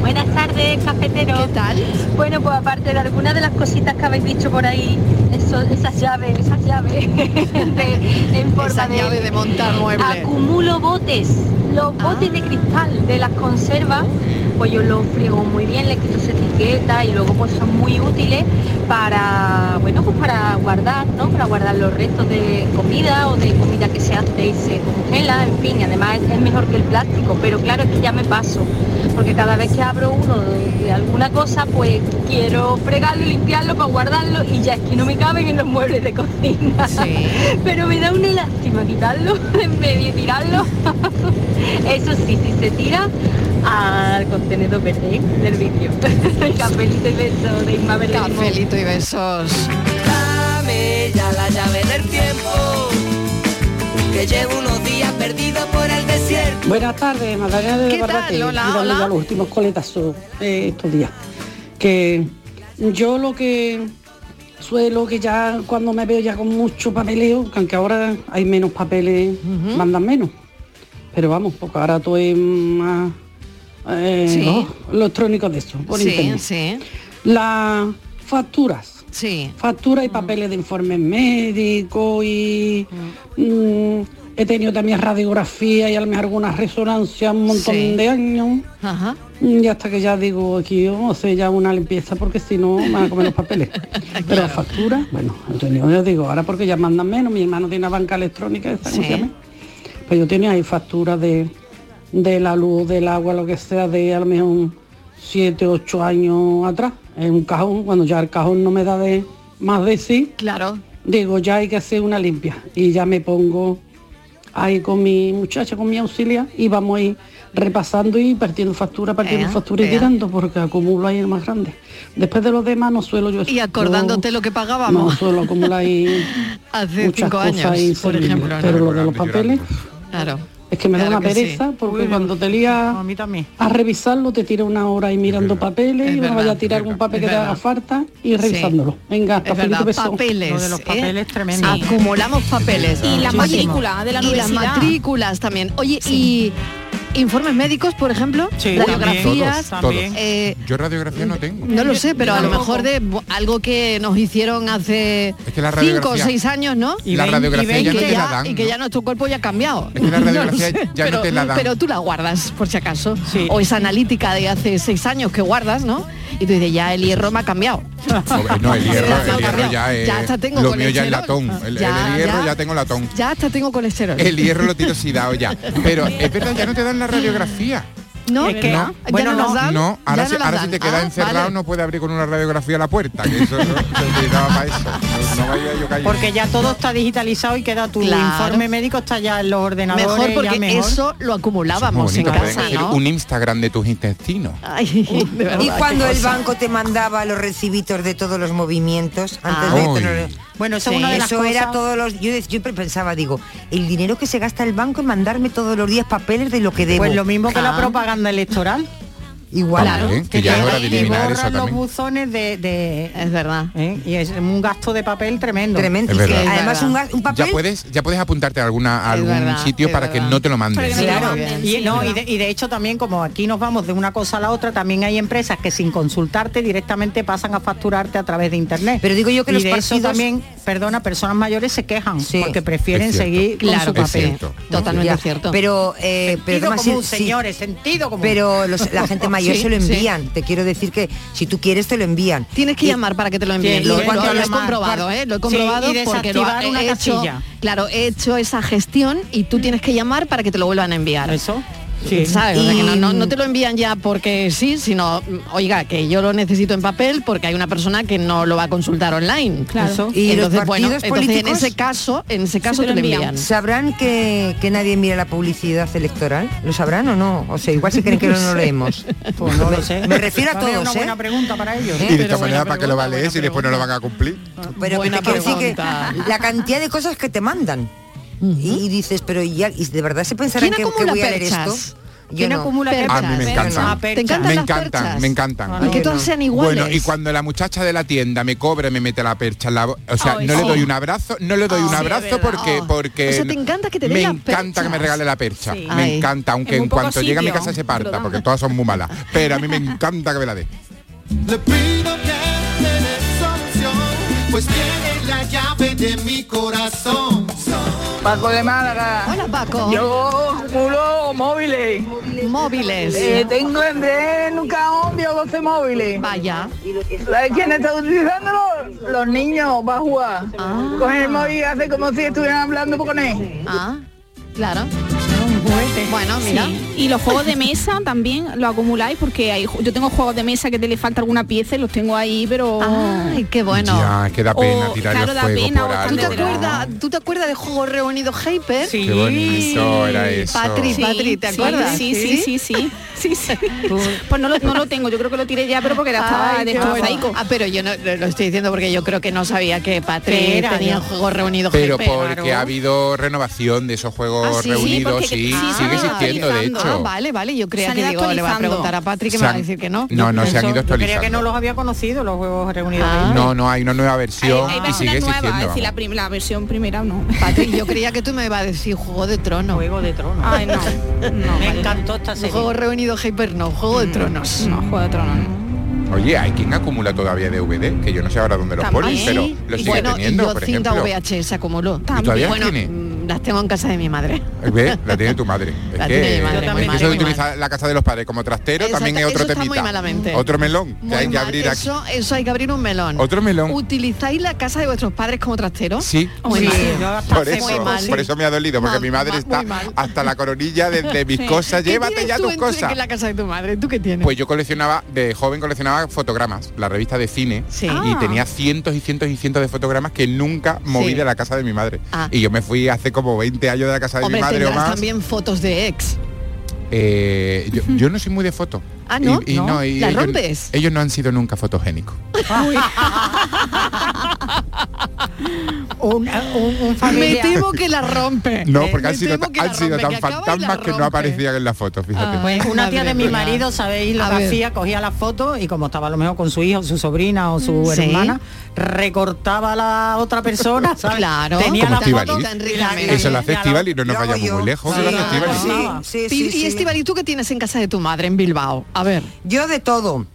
Buenas tardes, cafetero. ¿Qué tal? Bueno, pues aparte de algunas de las cositas que habéis dicho por ahí, eso- esas llaves, esas llaves de, en forma de, de montar mueble. Acumulo botes, Ah. los botes de cristal de las conservas, pues yo los friego muy bien, le quito su etiqueta y luego pues son muy útiles para, bueno, pues para guardar, ¿no? Para guardar los restos de comida o de comida que se hace y se congela, en fin, además es, es mejor que el plástico, pero claro es que ya me paso porque cada vez que abro uno de, de alguna cosa, pues quiero fregarlo, limpiarlo para guardarlo y ya es que no me caben en los muebles de cocina. Pero me da una lástima quitarlo en medio y tirarlo. Eso sí, si se tira al contenedor verde del vídeo. Cafelito y beso de Inma Belén. Cafelito y besos. Dame ya la llave del tiempo, que llevo unos días perdido por el desierto. Buenas tardes, Magdalena de ¿Qué tal? Barbate, Hola, y dando hola. ya los últimos coletazos eh, estos días. Que yo lo que suelo, que ya cuando me veo ya con mucho papeleo, que aunque ahora hay menos papeles, mandan menos. Pero vamos, porque ahora todo es más eh, Sí. oh, electrónico de eso, por Sí, internet. sí. Las facturas. Sí. Facturas y papeles de informes médicos y mm, he tenido también radiografía y a lo mejor algunas resonancias un montón Sí. de años. Ajá. Y hasta que ya digo aquí, o sea, ya una limpieza porque si no me van a comer los papeles. Pero las facturas, bueno, he tenido, yo digo, ahora porque ya mandan menos, mi hermano tiene una banca electrónica, esa, ¿cómo se Sí. llama? Pues yo tenía ahí facturas de, de la luz, del agua, lo que sea, de a lo mejor 7, 8 años atrás, en un cajón, cuando ya el cajón no me da de más de sí. Claro. Digo, ya hay que hacer una limpia. Y ya me pongo ahí con mi muchacha, con mi auxilia, y vamos a ir repasando y partiendo factura, partiendo Ea, factura y ea. tirando, porque acumulo ahí el más grande. Después de los demás no suelo yo... Y acordándote yo lo que pagábamos. No suelo acumular ahí Hace muchas cinco cosas años, ahí por inservibles. ejemplo, ¿no? Pero lo de los papeles... Claro. Es que me da Claro una que sí. pereza porque Uy, cuando te lías a revisarlo te tira una hora ahí mirando papeles y no vaya a tirar algún papel que te haga falta y Sí. revisándolo. Venga, hasta Es verdad, papeles. ¿eh? Ah, Sí. Acumulamos papeles. Y la Oye, matrícula de la Y las universidad. matrículas también. Oye, y informes médicos, por ejemplo, Sí, radiografías. Todos, todos. eh, Yo radiografía no tengo. no lo sé, pero a lo Tampoco. mejor de bo- algo que nos hicieron hace Es que la cinco o radiografía- seis años, ¿no? Y la radiografía y ya que no te la dan, Y que ¿no? ya nuestro cuerpo ya ha cambiado. Es que No la lo radiografía sé, ya no pero, te la dan. Pero tú la guardas, por si acaso. O esa analítica de hace seis años que guardas, ¿no? Y tú dices, ya el hierro me ha cambiado. Hombre, No, el hierro, el hierro ya es. Ya hasta tengo lo mío ya es colesterol. latón. El, el Ya, hierro ya. ya tengo latón. Ya hasta tengo colesterol. El hierro lo tirosidado ya. Pero es verdad, ya no te dan la radiografía. Mm, No, Es que- ya no nos dan. No, ahora, Ya se- no nos ahora si dan. te quedas Ah, encerrado vale. no puede abrir con una radiografía la puerta, que eso no se utilizaba para eso. No, no vaya yo cayendo. Porque ya todo está digitalizado y queda tu Claro. informe médico está ya en los ordenadores. Mejor porque ya mejor. eso lo acumulábamos Muy en bonito, pueden casa, hacer ¿no? Ah, un Instagram de tus intestinos. de verdad, y cuando qué el cosa. banco te mandaba los recibitos de todos los movimientos antes Ah. de Uy. tener- Bueno, eso es una de las eso era cosas- todos los yo, de- yo pensaba digo el dinero que se gasta el banco en mandarme todos los días papeles de lo que debo Pues lo mismo que la propaganda electoral igual Claro, También, que ya es hora de te eliminar eso borran los también. buzones de, de- ¿eh? es verdad y es un gasto de papel tremendo tremendo Es Y que verdad. además un, ga- un papel Ya puedes, ya puedes apuntarte a alguna a Es algún verdad, sitio es para que verdad. no te lo mandes. Claro, y, no, y, de, y de hecho también como aquí nos vamos de una cosa a la otra, también hay empresas que sin consultarte directamente pasan a facturarte a través de internet. Pero digo yo que y los de eso partidos- también, perdona, personas mayores se quejan porque prefieren Es cierto. seguir con Claro su que sí. papel. Cierto. Totalmente Ya. cierto. Pero, eh, pero Sentido además, común, sí, sí. señores, sentido común. pero los- la gente mayor Sí, se lo sí. envían te quiero decir que si tú quieres te lo envían Tienes que Y- llamar para Ah, que te lo envíen. Sí, lo, y cuando lo- lo he llamar, comprobado, por- ¿eh? Lo he sí, comprobado y porque lo ha- desactivar una he hecho, casilla. claro, he hecho esa gestión y tú tienes que llamar para que te lo vuelvan a enviar. Eso. Sí. ¿Sabes? O sea, Y- que no, no- no te lo envían ya porque sí, sino, mm, oiga, que yo lo necesito en papel porque hay una persona que no lo va a consultar online. Claro. Eso. ¿Y los entonces, bueno, partidos entonces en políticos? ese caso, en ese caso te lo envían. ¿Sabrán que, que nadie mira la publicidad electoral? ¿Lo sabrán o no? O sea, igual se creen que no lo leemos. Pues no lo sé. Me refiero a También todos, una ¿eh? buena pregunta para ellos. Y de esta manera, ¿para que lo va a leer si después no lo van a cumplir? Pero que te quiero decir que la cantidad de cosas que te mandan. Y, y dices, pero ya, y de verdad se pensarán ¿Quién que, que acumula voy a leer perchas? esto. Yo ¿Quién no. acumula Ah, Pero- A mí me encantan. ¿Te encantan me las encantan, perchas? me encantan. Y que todas sean iguales. Bueno, y cuando la muchacha de la tienda me cobra y me mete la percha en la bo- O sea, Ay, no le sí. doy un abrazo, no le doy Ah, un sí, abrazo es verdad. porque... Ah. porque O sea, te encanta que te den Me las encanta que me perchas. regale la percha. Sí. Me Ay. encanta, aunque En en, muy poco cuanto llega a mi sitio casa se lo parta, dan. porque todas son muy malas. Pero a mí me encanta que me la dé. Le pido que me dé solución, pues tiene la llave de mi corazón. Paco de Málaga. Hola, Paco. Yo acumulo móviles. Móviles. Eh, tengo entre nunca 11 o 12 móviles. Vaya. ¿Sabes quién está utilizándolo? Los niños para jugar. Ah. Cogen el móvil y hace como si estuvieran hablando con él. Ah, claro. juguete. Bueno, mira. Y los juegos de mesa también lo acumuláis porque hay, yo tengo juegos de mesa que te le falta alguna pieza y los tengo ahí, pero... Ay, qué bueno. Ya, es que da pena tirar claro, el da fuego pena, por o ¿Tú te, algo, ¿no? acuerdas, ¿Tú te acuerdas de Juegos Reunidos Hyper? Sí. Qué bonito era eso. Patri, Sí, Patri, ¿te sí, acuerdas? Sí, sí, sí, sí. sí, sí. Pues no lo, no lo tengo, yo creo que lo tiré ya, pero porque ya estaba Ay, de qué bueno. mosaico. Ah, pero yo no lo estoy diciendo porque yo creo que no sabía que Patri Sí, era, tenía yo. Juegos Reunidos Pero Hyper. porque ha habido renovación de esos juegos Ah, sí, reunidos, porque- sí, ah, sigue existiendo, de hecho. Ah, vale, vale, yo creía Se han que ido digo, le va a actualizando. preguntar a Patri que Se me va a han- decir que no. No, no, se han ido Yo creía que actualizando. no los había conocido los juegos reunidos. Ah. No, no, hay una nueva versión y sigue versiones nuevas, existiendo. es decir, vamos. la, prim- la versión primera o no. Patri, yo creía que tú me ibas a decir Juego de Tronos. Juego de Tronos. Ay, no. Mm, me encantó esta serie. Juego Reunido Hyper no, Juego de Tronos. No, Juego de Tronos Oye, hay quien acumula todavía DVD, que yo no sé ahora dónde los ponen, pero lo sigue bueno, teniendo, y yo por cinta ejemplo. VHS acumuló. ¿Y todavía bueno, tiene? Ah, mm, las tengo en casa de mi madre. ¿Ves? La tiene tu madre. Es La que, tiene mi madre, eh, Yo también, Eso de mi madre. utilizar la casa de los padres como trastero Eso también está- es otro eso está muy temita. malamente. Otro melón que Muy hay que mal, abrir aquí. eso, eso hay que abrir un melón. Otro melón. ¿Utilizáis la casa de vuestros padres como trastero? Sí, Muy Sí. mal. por Muy eso, mal. por eso me ha dolido, porque Mal, mi madre mal, está muy mal. hasta la coronilla de, de mis Sí. cosas, ¿Qué llévate tienes ya tú tus en tu- cosas. En la casa de tu madre, ¿tú qué tienes? Pues yo coleccionaba, de joven coleccionaba fotogramas, la revista de cine, Sí. y Ah. tenía cientos y cientos y cientos de fotogramas que nunca moví Sí. de la casa de mi madre. Ah. Y yo me fui hace como 20 años de la casa de Hombre, mi madre o tendrás más. también fotos de ex. Eh, yo, yo no soy muy de foto. Ah, ¿no? Y, y No. y ¿La ellos, rompes? ellos no han sido nunca fotogénicos. Un, un, un Me familiar. temo que la rompe. No, porque han Eh, Me sido, temo ta- que la han sido rompe, tan que acaba y la fantasmas que no rompe. Ah. aparecían en la foto, fíjate. Pues una tía madre de mi mía. marido, sabéis, lo A que ver. hacía, cogía la foto y como estaba a lo mejor con su hija o su sobrina o su Sí. hermana, recortaba a la otra persona, ¿sabes? Claro. Tenía Como la foto Estíbaliz. tan rica. Eso lo hace Estivali y no nos vayamos muy lejos. Sí, lo hace claro. Estíbaliz. Sí, sí, y sí. Estival, ¿y tú qué tienes en casa de tu madre en Bilbao? A ver. Yo de todo.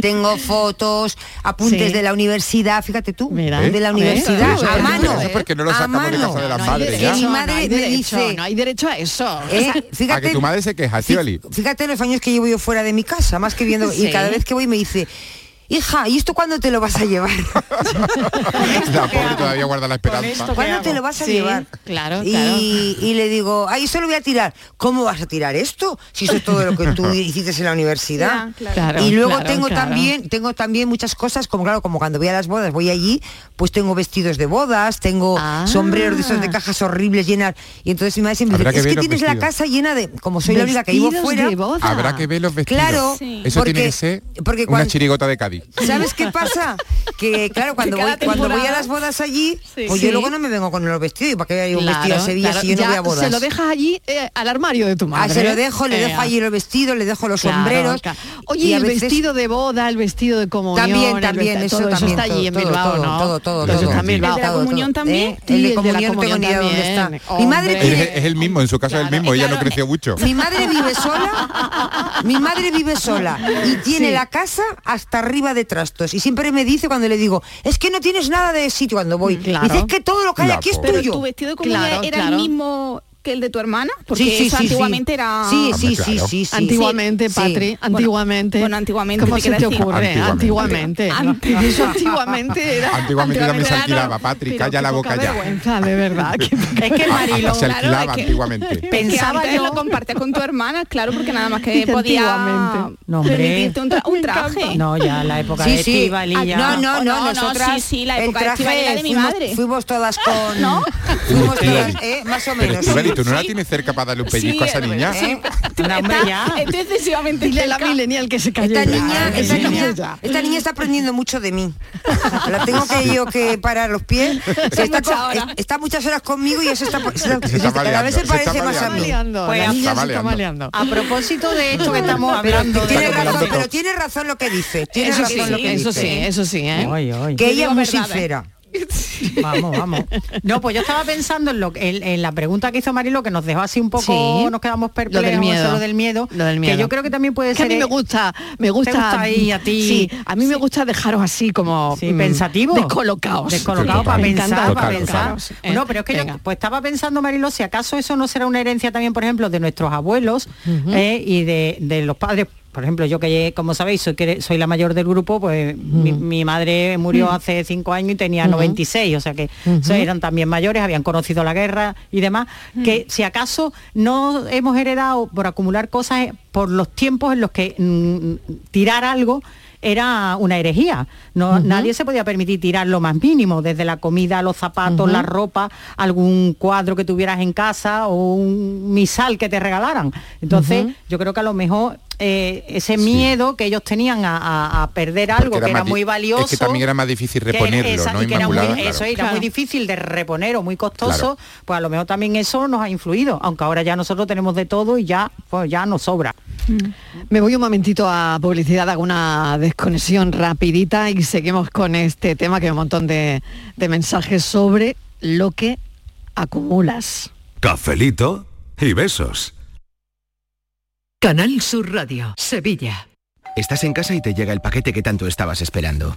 Tengo fotos, apuntes Sí. de la universidad, fíjate tú, Mira. de la ¿Eh? universidad, Eso a porque- mano. Pero eso es porque no lo a sacamos de mano. casa de las No, madres. que ya. mi madre no hay me derecho, dice- no hay derecho a eso. Eh, A que fíjate, tu madre se queja, Estivali. fíjate los años que llevo yo fuera de mi casa, más que viendo, Sí. y cada vez que voy me dice, hija, ¿y esto cuándo te lo vas a llevar? La pobre todavía guarda la esperanza. ¿Cuándo te lo vas a Sí, llevar? Claro, Y, claro. y le digo, ay, eso lo voy a tirar. ¿Cómo vas a tirar esto? Si eso es todo lo que tú hiciste en la universidad. Ya, claro. y luego Claro, tengo claro. también, tengo también muchas cosas, como claro, como cuando voy a las bodas, voy allí, pues tengo vestidos de bodas, tengo Ah. sombreros de esos de cajas horribles llenas. Y entonces mi madre siempre Habrá dice, que es ver que los tienes la vestidos". casa llena de, como soy la única que vivo Vestidos fuera. de boda. Habrá que ver los vestidos. Claro, Eso tiene porque- que ser porque una cuando- chirigota de Cádiz. ¿Sabes qué pasa? Que claro, cuando, cada voy, cuando voy a temporada- las bodas allí, Sí. pues Sí. yo luego no me vengo con los vestidos, ¿para qué voy a ir un Claro, vestido a Sevilla claro. si yo no Ya voy a bodas? Se lo dejas allí eh, al armario de tu Ah, madre. se lo dejo, le Eh, dejo allí los vestidos, le dejo los claro, sombreros. claro. y Oye, a el veces- vestido de boda, el vestido de comunión, También, el también, vestido- eso, todo también. eso está allí en todo, Bilbao, todo, ¿no? Todo, todo, Eso todo. está en Bilbao. ¿El de la comunión también? ¿Eh? El Y de comunión no tengo ni idea dónde comunión está. también. Oh, Mi madre Es, tiene... es el mismo, en su caso es el mismo, ella no creció mucho. Mi madre vive sola, mi madre vive sola y tiene la casa hasta arriba de trastos. Y siempre me dice cuando le digo, es que no tienes nada de sitio cuando voy. Claro. Dices que todo lo que hay La aquí es pobre. Mm, Pero tuyo. tu vestido de comunión Claro, era claro. el mismo que el de tu hermana, porque Sí, sí, eso sí, sí. antiguamente era... Sí, sí, Hombre, sí, claro. sí, sí. Antiguamente, Sí. Patri, Sí. antiguamente. Bueno, antiguamente ¿Cómo te se te quiero decir. ocurre? Antiguamente. Antiguamente. Eso antiguamente era... Antiguamente también se era- alquilaba, Patri, Pero calla qué la poca boca ya. vergüenza, de verdad. qué poca- Es que el marido Se alquilaba es que- antiguamente. Pensaba Pensaba que antes yo- lo compartías con tu hermana, claro, porque nada más que Dice podía antiguamente. No, hombre. permitirte un, tra- un traje. No, ya la época Sí, de sí. Estíbaliz Ah, ya- No, no, Oh, no, no, no, nosotras. sí, sí, la el época de traje, Estíbaliz era de mi fuimos, madre. Fuimos todas con. ¿No? Fuimos Estíbaliz. todas, eh, más o Pero menos. Estivali, ¿tú no la tienes cerca para darle un pellizco a esa es niña? ¿eh? No, hombre, ya. Estoy excesivamente Dile a la cerca. millennial que se calle. Esta ya, niña, que esta se calle niña, ya. esta niña está aprendiendo mucho de mí. La tengo que yo que parar los pies. Se está, muchas co- horas. es- está muchas horas conmigo y eso está, se está- Se está cada vez se maleando, se está parece más a Está mí. maleando, Pues la a- niña está se está maleando. maleando. A propósito de esto que estamos hablando, Tiene Está razón, comiendo pero tiene razón lo que dice. Tiene Eso razón sí, lo que eso dice. sí, eso sí, ¿eh? Ay, ay. Que ella es muy verdad, ¿eh? sincera. Vamos, vamos. No, pues yo estaba pensando en, lo, que- en, en la pregunta que hizo Marilo, que nos dejó así un poco, Sí. nos quedamos Lo del perplejos, eso, miedo. lo del miedo, Lo del miedo. que yo creo que también puede Es que a ser... mí me gusta, me gusta, gusta ahí, a ti? Sí, a mí me gusta dejaros así como Sí, mm, pensativo. descolocados. Descolocado Sí, para total. pensar, Total, para total. pensar. Eh, No, pero es que yo venga. pues, estaba pensando, Marilo, si acaso eso no será una herencia también, por ejemplo, de nuestros abuelos eh, y de, de los padres por ejemplo, yo que como sabéis soy, que soy la mayor del grupo, pues mi, mi madre murió Mm. hace cinco años y tenía Ujú. 96, o sea que Ujú. o sea, eran también mayores, habían conocido la guerra y demás, Mm. que si acaso no hemos heredado por acumular cosas eh, por los tiempos en los que mm, tirar algo era una herejía. No, Nadie se podía permitir tirar lo más mínimo, desde la comida, los zapatos, Ujú. la ropa, algún cuadro que tuvieras en casa o un misal que te regalaran. Entonces, Ujú. yo creo que a lo mejor eh, ese miedo que ellos tenían a, a- a perder algo Porque que era más di- muy valioso. Es que también era más difícil que era- reponerlo, esa- ¿no? y que era muy, Inmaculada, claro. Eso era muy difícil de reponer o muy costoso, Claro. pues a lo mejor también eso nos ha influido, aunque ahora ya nosotros tenemos de todo y ya, pues ya nos sobra. Me voy un momentito a publicidad, hago una desconexión rapidita y seguimos con este tema que hay un montón de, de mensajes sobre lo que acumulas. Cafelito y besos. Canal Sur Radio, Sevilla. Estás en casa y te llega el paquete que tanto estabas esperando.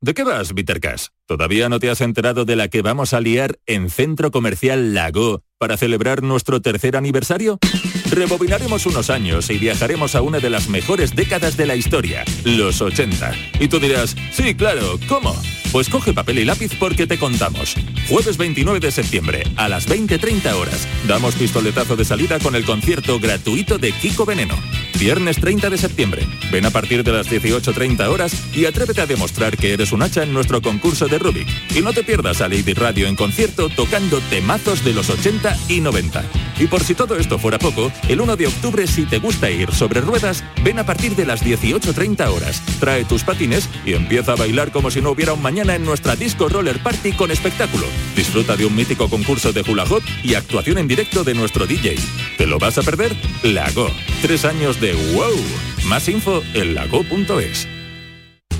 ¿De qué vas, Vitercas? ¿Todavía no te has enterado de la que vamos a liar en Centro Comercial Lago para celebrar nuestro tercer aniversario? Rebobinaremos unos años y viajaremos a una de las mejores décadas de la historia, los 80. Y tú dirás, sí, claro, ¿cómo? Pues coge papel y lápiz porque te contamos. Jueves 29 de septiembre, a las 20.30 horas, damos pistoletazo de salida con el concierto gratuito de Kiko Veneno. Viernes 30 de septiembre, ven a partir de las 18.30 horas y atrévete a demostrar que eres un hacha en nuestro concurso de Rubik. Y no te pierdas a Lady Radio en concierto tocando temazos de los 80 y 90. Y por si todo esto fuera poco, el 1 de octubre si te gusta ir sobre ruedas, ven a partir de las 18.30 horas, trae tus patines y empieza a bailar como si no hubiera un mañana en nuestra disco roller party con espectáculo. Disfruta de un mítico concurso de hula hoop y actuación en directo de nuestro DJ. ¿Te lo vas a perder? Lago. Tres años de wow. Más info en lago.es.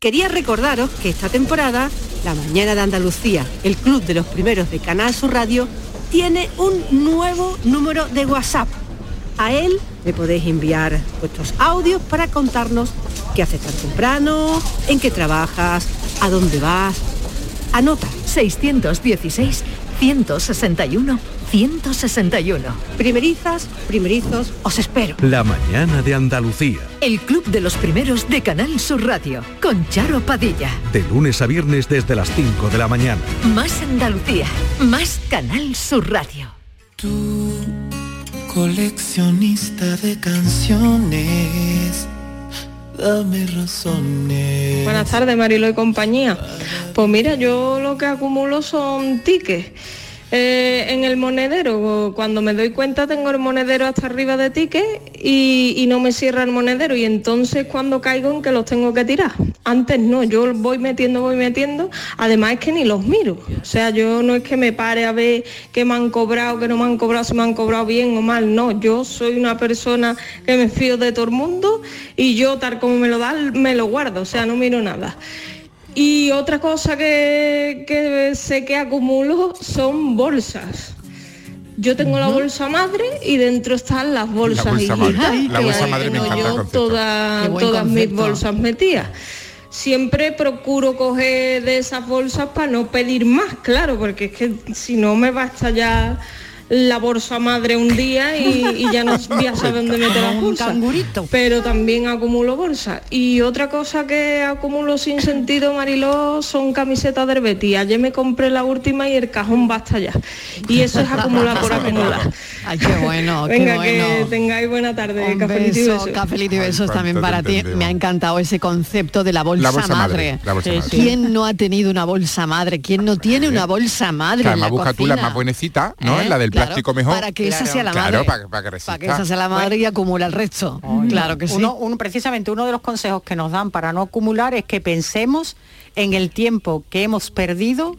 Quería recordaros que esta temporada, La Mañana de Andalucía, el club de los primeros de Canal Sur Radio, tiene un nuevo número de WhatsApp. A él le podéis enviar vuestros audios para contarnos qué haces tan temprano, en qué trabajas, a dónde vas. Anota 616 161 161. Primerizas, primerizos, os espero. La mañana de Andalucía, El club de los primeros de Canal Sur Radio con Charo Padilla. de lunes a viernes desde las 5 de la mañana. Más Andalucía, más Canal Sur Radio. Coleccionista de canciones, dame razones. Buenas tardes, Marilo y compañía. Pues mira, yo lo que acumulo son tickets. eh, en el monedero, cuando me doy cuenta tengo el monedero hasta arriba de tickets y, y no me cierra el monedero y entonces cuando caigo en que los tengo que tirar. Antes no, yo voy metiendo, voy metiendo, además es que ni los miro. O sea, yo no es que me pare a ver que me han cobrado, que no me han cobrado, si me han cobrado bien o mal, no, yo soy una persona que me fío de todo el mundo y yo tal como me lo dan, me lo guardo, o sea, no miro nada. Y otra cosa que, que sé que acumulo son bolsas. Yo tengo la bolsa madre y dentro están las bolsas La bolsa madre. hijitas, La que bolsa ahí madre me tengo encanta el yo concepto. toda- Qué buen todas mis concepto. bolsas metidas. Siempre procuro coger de esas bolsas para no pedir más, claro, porque es que si no me basta ya la bolsa madre un día y, y ya no voy a saber dónde meter las Un bolsas. Pero también acumulo bolsas. Y otra cosa que acumulo sin sentido, Mariló, son camisetas del Betis. Ayer me compré la última y el cajón basta ya. Y eso es acumular por acumular. Ay, qué bueno, qué Venga, que bueno. tengáis buena tarde. Un cafelito Eh, y beso, besos. cafelito y besos cuánto también te para ti. entendemos. Me ha encantado ese concepto de la bolsa, La bolsa madre, madre. la bolsa Sí, madre. sí. ¿Quién no ha tenido una bolsa madre? ¿Quién no tiene una bolsa madre? en Que la además busca tú la cocina? más buenecita, ¿no? ¿Eh? La del Claro, plástico mejor. para que esa Claro. sea la Claro, madre. para, para que resista. Para que esa sea la madre y acumula el resto. Claro que sí. Pues Uno, uno- precisamente uno de los consejos que nos dan para no acumular es que pensemos en el tiempo que hemos perdido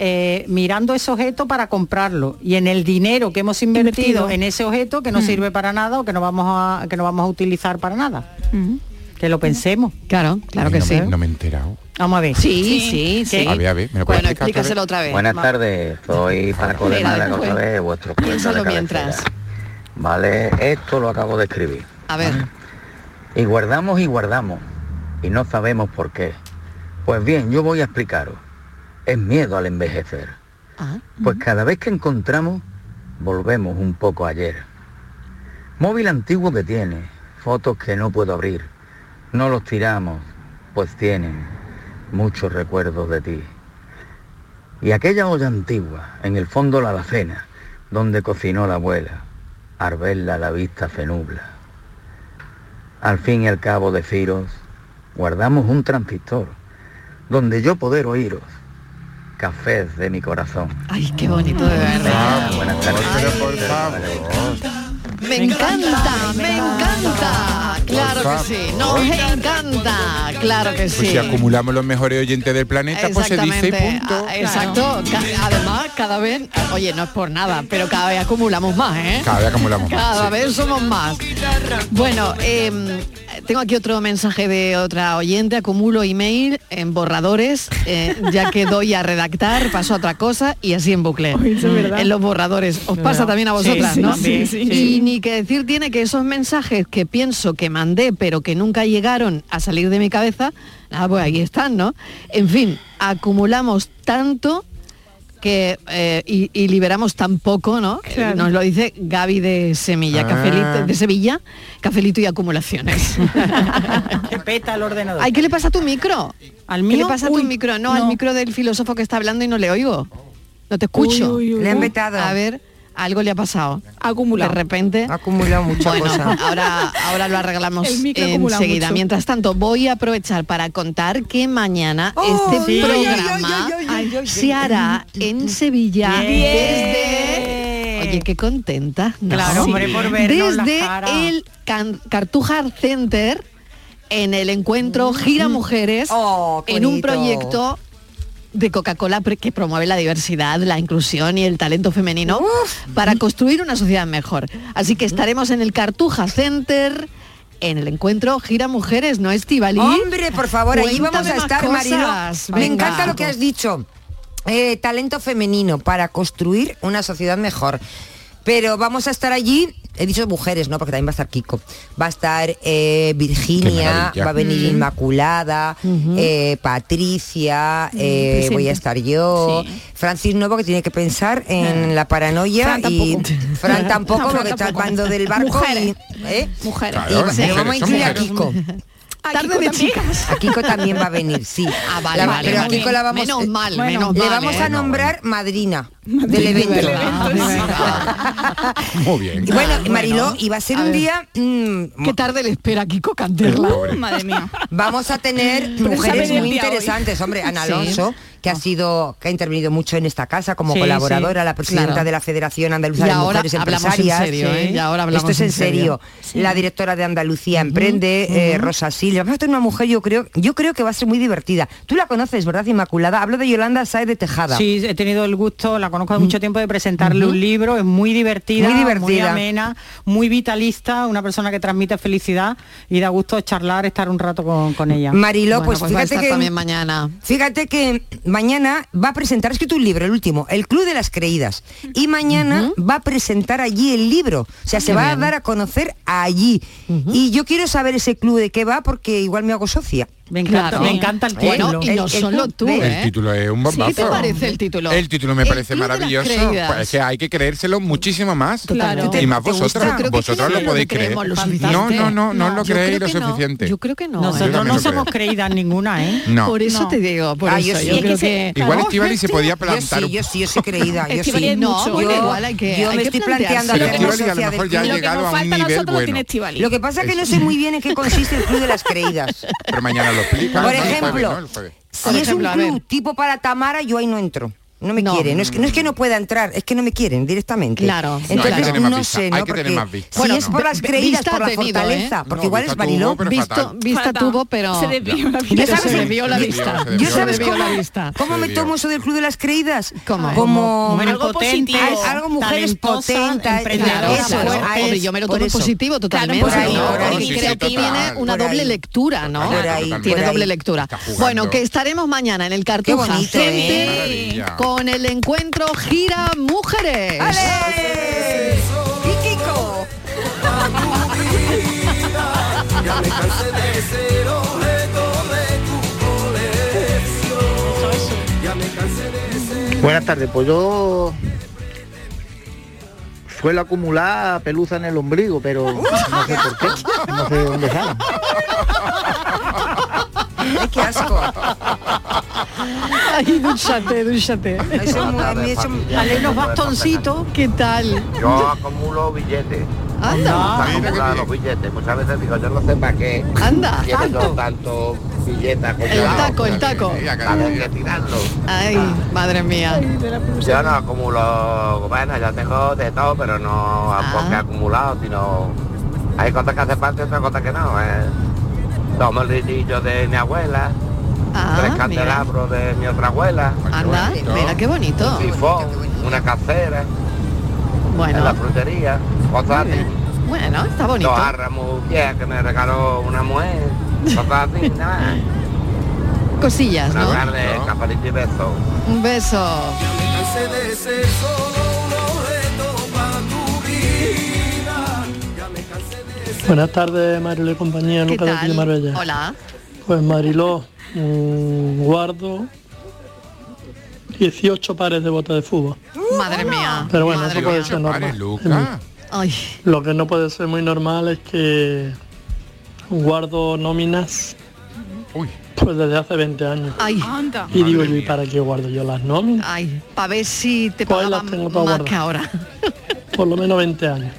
eh, mirando ese objeto para comprarlo y en el dinero que hemos invertido, Invertido. en ese objeto que no Mm. sirve para nada o que no vamos a que no vamos a utilizar para nada. Que lo pensemos. Claro, claro que no, sí. me, no me he enterado. Vamos a ver. Sí, sí, sí. A ver, a ver, ¿me lo puedes Bueno, explicar explícaselo otra vez. Buenas Ma- tardes, soy Paco de Mira, Málaga otra bueno. vez, vuestro cuento de Piénsalo cabecera. mientras. Vale, esto lo acabo de escribir. A ver. Y guardamos y guardamos, y no sabemos por qué. Pues bien, yo voy a explicaros. Es miedo al envejecer. Ah, Pues cada vez que encontramos, volvemos un poco ayer. Móvil antiguo que tiene, fotos que no puedo abrir. No los tiramos, pues tienen muchos recuerdos de ti. Y aquella olla antigua, en el fondo la alacena, donde cocinó la abuela, al verla la vista se nubla. Al fin y al cabo de Ciros, guardamos un transistor, donde yo poder oíros, cafés de mi corazón. Ah, Ay, qué bonito de verdad. Buenas tardes. Me encanta, me encanta. Claro que sí. Nos encanta. Claro que Pues sí. si acumulamos los mejores oyentes del planeta, pues se dice y Exactamente, punto. ah, Exacto. Ca- Además, cada vez, oye, no es por nada, pero cada vez acumulamos más, ¿eh? Cada vez acumulamos más, Cada sí. vez somos más. Bueno, em, tengo aquí otro mensaje de otra oyente. Acumulo email en borradores, eh, ya que doy a redactar, paso a otra cosa y así en bucle. Mm. eso es verdad. En los borradores. Os Es pasa verdad. también a Sí, vosotras, sí, ¿no? sí, sí. Y ni que decir tiene que esos mensajes que pienso que mandé, pero que nunca llegaron a salir de mi cabeza, ah, pues ahí están, ¿no? En fin, acumulamos tanto que eh, y, y liberamos tan poco, ¿no? Claro. Nos lo dice Gaby de Semilla, Ah. cafelito, de Sevilla, cafelito y acumulaciones. Que peta el ordenador. Ay, ¿qué le pasa a tu micro? ¿Al ¿Qué mío? le pasa a tu Uy, micro? No, al no. micro del filósofo que está hablando y no le oigo. No te escucho. Uy, uy, uy, Le han uy. vetado. A ver, algo le ha pasado. Acumulado. De repente. Ha acumulado mucha bueno, cosa. Ahora, ahora lo arreglamos El micro acumula enseguida. mucho. Mientras tanto, voy a aprovechar para contar que mañana Oh, este sí. programa Ay, ay, ay, ay, ay, ay, se hará en Sevilla Bien. desde. Oye, qué contentas, ¿no? Eh. Claro, hombre, por vernos las Desde caras. el Can- Cartujar Center en el encuentro Gira Mujeres Mm. Oh, qué en un bonito. proyecto de Coca-Cola pre- que promueve la diversidad, la inclusión y el talento femenino para construir una sociedad mejor. Así que estaremos en el Cartuja Center en el encuentro Gira Mujeres, ¿no, Estivali? Hombre, por favor, allí Cuéntame vamos a más estar, cosas. Mariló. Me Venga. encanta lo que has dicho. Eh, talento femenino para construir una sociedad mejor. Pero vamos a estar allí, he dicho mujeres, ¿no? Porque también va a estar Kiko. Va a estar eh, Qué Virginia, maravilla. va a venir Mm. Inmaculada, eh, Mm, Patricia, eh, presente. voy a estar yo, Francis Novo, que tiene que pensar Ah. en la paranoia, Fran y tampoco. Fran tampoco, No, Fran porque está tampoco. bajando del barco. Mujeres. y- ¿eh? Mujeres. Y Claro, va- mujeres, vamos a son incluir a mujeres. Kiko. Tarde de chicas. A Kiko también va a venir, sí. Ah, vale, La- vale, pero a vale. Kiko la vamos eh, Menos mal, bueno, menos Le mal, vamos eh. a Bueno, nombrar madrina del evento. Del evento, sí. Muy bien. Y bueno, Mariló, y va a ser un día... mm, Qué tarde le espera a Kiko Canterla. Uh, madre mía. Vamos a tener Pero mujeres sabe del muy día hoy. interesantes, hombre, Ana Sí. Ah. Alonso, que ha sido, que ha intervenido mucho en esta casa como Sí, colaboradora, sí, la presidenta claro. de la Federación Andaluza Y de ahora Mujeres hablamos en Empresarias. serio, ¿eh? Y ahora hablamos Esto es en en serio. serio. La Sí. directora de Andalucía Emprende, eh, Rosa Silva. Vamos a tener una mujer, yo creo, yo creo que va a ser muy divertida. Tú la conoces, ¿verdad, Inmaculada? Hablo de Yolanda Saez de Tejada. Sí, he tenido el gusto, la conozco hace mucho tiempo de presentarle un libro, es muy divertida, Muy divertida. amena, muy vitalista, una persona que transmite felicidad y da gusto charlar, estar un rato con, con ella. Mariló, pues, va a fíjate estar que también mañana. Fíjate que mañana va a presentar, ha escrito un libro, el último, El Club de las Creídas. Y mañana va a presentar allí el libro. O sea, se Qué va bien. a dar a conocer allí. Y yo quiero saber ese club de qué va porque igual me hago socia. Me encanta- Claro. me encanta el título. Bueno, y no solo tú, El título es un bombazo. ¿Qué te parece el título? El título me El parece Club de las maravilloso. Creídas. Pues es que hay que creérselo muchísimo más. Claro. Y ¿Te- más te gusta? Yo vosotras. creo que Vosotras sí, lo lo podéis creer. creemos lo No, no, no, no No, lo yo creéis creo lo que no. suficiente. Yo creo que no. Yo Nosotros también no lo creo. somos creídas ninguna, ¿eh? No. Por eso te digo, por Ah, eso. yo sí, yo es creo que se- que... Igual Claro, Estivali se podía plantar. Yo sí, yo sí, yo soy creída. yo sí. Estíbaliz, no, bueno, igual hay que- yo hay me que estoy plantearse. planteando Pero hacerme Estíbaliz a lo socia mejor del ya ha club. llegado a un nivel bueno. Lo que pasa es que no sé muy bien en qué consiste el Club de las Creídas. Pero mañana lo explican. Por ¿no? El jueves, ejemplo, ¿no? El jueves. Si es un club tipo para Tamara, yo ahí no entro. No me quieren. No es, que, no es que no pueda entrar, es que no me quieren directamente. Claro. No, hay que Entonces, tener no, más vista, sé, ¿no? hay que Porque tener más vista. Si Bueno, es por las ve- creídas, vista por la ha tenido, fortaleza, ¿eh? porque No, igual vista es tuvo, Mariló. pero Visto- fatal. vista Fatal. tuvo, pero- Se desvió la ¿Ya vista. sabes Se el- desvió la Se vista. desvió, ¿Yo se desvió. sabes Se desvió cómo, la vista. cómo Se me desvió. tomo eso del Club de las Creídas? ¿Cómo? Como Mujer Algo potente, Al- Algo mujeres talentosa, potentes. emprendedora, eso, bueno, a joder, eso, yo me lo por tomo eso. positivo totalmente. por ahí, ¿no? por ahí. Porque Sí, sí, creo sí, que total, tiene una por doble ahí. lectura, ¿no? Por ahí, por tiene ahí. doble lectura. jugando. Bueno, que estaremos mañana en el Cartuja bonito, Gente ¿eh? Maravilla. con el encuentro Gira Mujeres. Kikiko. Ya me cansé de ser objeto de tu colección. Ya me cansé de ser. Buenas tardes, pues yo suelo acumular pelusa en el ombligo, pero no sé por qué, no sé de dónde sale. Ay, qué asco. Ay, dúchate, dúchate. Eso es muy- a mí eso- Dale unos bastoncitos. ¿Qué tal? Yo acumulo billetes. Anda. Ah, Me gusta acumular los billetes. Muchas veces digo, yo no sé para qué. Anda, Tiene tanto. yo tanto billete El acumulado. taco, el taco. Para que tirarlo. Ay, madre mía. Yo no acumulo, bueno, yo tengo de todo, pero no Ah. a poco acumulado, sino hay cosas que hacen parte y otras cosas que no. eh. Tomo el ritillo de mi abuela, tres Ah, mira. candelabros de mi otra abuela. Anda, mira qué bonito. Un sifón, una casera. Bueno. En la frutería, cosas así. Bueno, está bonito. Dos arras muy viejas que me regaló una mujer. Cosas así, nada. Cosillas, Una ¿no? tarde, cafelito y beso. Un beso. Cansé de ser solo un objeto para tu vida. Ya me cansé Buenas tardes, Mariló y compañía, ¿Qué Lucas de aquí de tal? Marbella. Hola. Pues Mariló, mm, guardo 18 pares de botas de fútbol. Uh, Madre mía. Pero bueno, madre eso puede mía. ser normal. Mm. Ay, Lo que no puede ser muy normal es que guardo nóminas pues desde hace 20 años. ay. Y digo yo, ¿y para qué guardo yo las nóminas? Ay, para ver si te Pues las pagaban tengo para más que guardar. ahora. Por lo menos 20 años.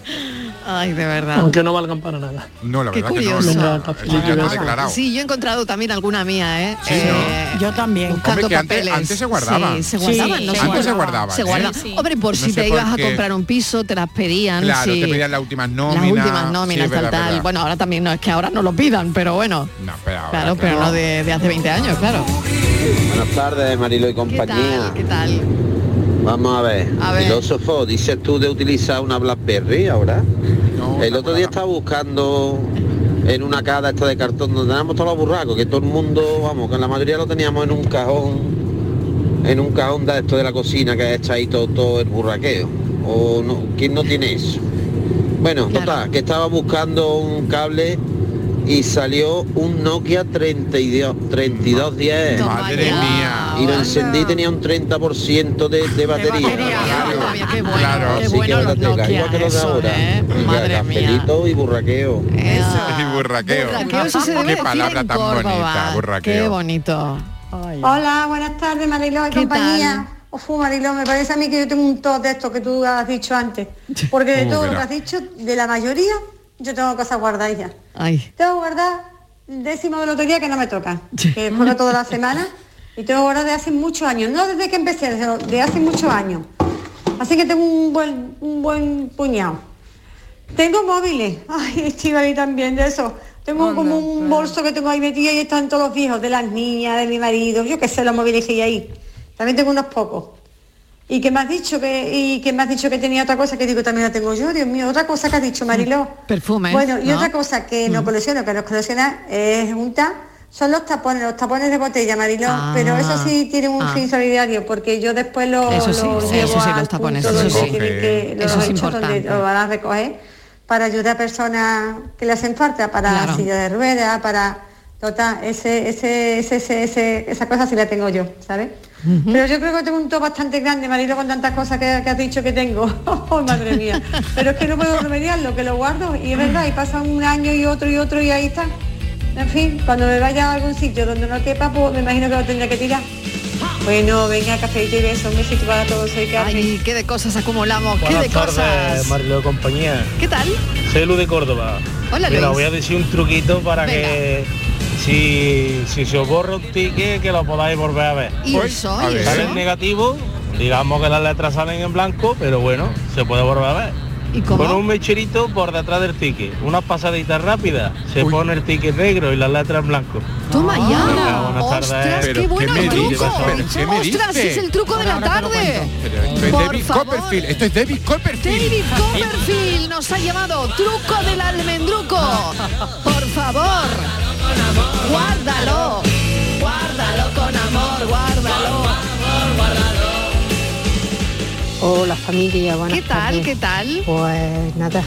Ay, de verdad. Aunque no valgan para nada. No, la Qué verdad que no. curioso. no, Venga, eso ya está declarado. Sí, yo he encontrado también alguna mía, ¿eh? Eh, Yo también. Buscando Hombre, que antes- papeles. antes se guardaban. Sí, se guardaban, Sí, no antes se guardaban, Se ¿eh? guardaban. Sí. Hombre, por No si sé te por ibas qué. a comprar un piso, te las pedían. Claro, sí. te pedían las últimas nóminas. Las últimas nóminas, Sí, tal, verdad, tal. verdad. Bueno, ahora también no es que ahora no lo pidan, pero bueno. No, pero ahora, claro, pero no de, de hace 20 años, claro. Buenas tardes, Marilo y compañía. ¿Qué tal? Vamos a ver. A ver. Filósofo, dices tú de utilizar una BlackBerry ahora. el otro día estaba buscando en una caja esta de cartón donde teníamos todos los burracos, que todo el mundo, vamos, que la mayoría lo teníamos en un cajón, en un cajón de esto de la cocina que está ahí todo, todo el burraqueo. O no, ¿quién no tiene eso? Bueno, total, que estaba buscando un cable y salió un Nokia 32, 3210. Madre mía. Y lo encendí y tenía un 30% de, de batería. Ah, Claro. Así que ahora te la- igual que los de ahora. ¿eh? Venga, cafelito y burraqueo. Y burraqueo. Burraqueo, eso se debe Qué decir palabra en tan Córdoba. bonita, burraqueo. Qué bonito. Hola, buenas tardes, Mariló y compañía. Ofu, Mariló, me parece a mí que yo tengo un top de esto que tú has dicho antes. Porque de Uh, todo lo que verá. has dicho, de la mayoría, yo tengo cosas guardadas ya. Ay, Tengo guardado el décimo de lotería que no me toca, que juego toda la semana. Y tengo guardado de hace muchos años, no desde que empecé, sino de hace muchos años. Así que tengo un buen, un buen puñado. Tengo móviles, ay, Estivali también de eso. Tengo como un bolso que tengo ahí metido y están todos los viejos, de las niñas, de mi marido, yo qué sé, los móviles que hay ahí. También tengo unos pocos. ¿Y que me has dicho? que ¿Y que me has dicho que tenía otra cosa que digo también la tengo yo? Dios mío, otra cosa que has dicho, Mariló. Perfumes. Bueno, y ¿no? Mm. otra cosa que no colecciono, que los colecciona es un tap, son los tapones, los tapones de botella, Mariló, Ah, pero eso sí tiene un ah. fin solidario, porque yo después lo, Eso sí, lo eso llevo sí, al los tapones, punto eso donde sí. tienen que- los Eso es hechos donde importante. lo van a recoger para ayudar a personas que le hacen falta, para Claro. silla de ruedas, para... Total, ese, ese, ese, ese- ese- esa cosa sí la tengo yo, ¿sabes? Pero yo creo que tengo un top bastante grande, Marilo, con tantas cosas que, que has dicho que tengo. ¡Oh, madre mía! Pero es que no puedo remediarlo, que lo guardo. Y es verdad, y pasan un año y otro y otro y ahí está. En fin, cuando me vaya a algún sitio donde no quepa, pues me imagino que lo tendré que tirar. Bueno, venga, cafeíto y beso. Un besito para todos. Soy Carmen. Ay, qué de cosas acumulamos, qué de Buenas tardes, cosas. Marilo de compañía. ¿Qué tal? Soy Lu de Córdoba. Hola, Mira, Luis. voy a decir un truquito para Venga. que si, si se os borra un ticket que lo podáis volver Pues, a ver. ¿Y Uy, eso? a ¿Y ver. Sale eso? en negativo, digamos que las letras salen en blanco, pero bueno, se puede volver a ver. ¿Y cómo? Con un mecherito por detrás del ticket, unas pasaditas rápidas, se pone el ticket negro y las letras en blanco. Toma Ah. Venga, ya. buenas tardes. Ostras, qué bueno el truco. Ostras, es el truco de la tarde. Pero esto es Por David favor. Copperfield, esto es David Copperfield. David Copperfield nos ha llamado truco del almendruco. Por favor, guárdalo. Guárdalo con amor, guárdalo. Hola familia, buenas ¿Qué tal? tardes. ¿Qué tal? Pues nada,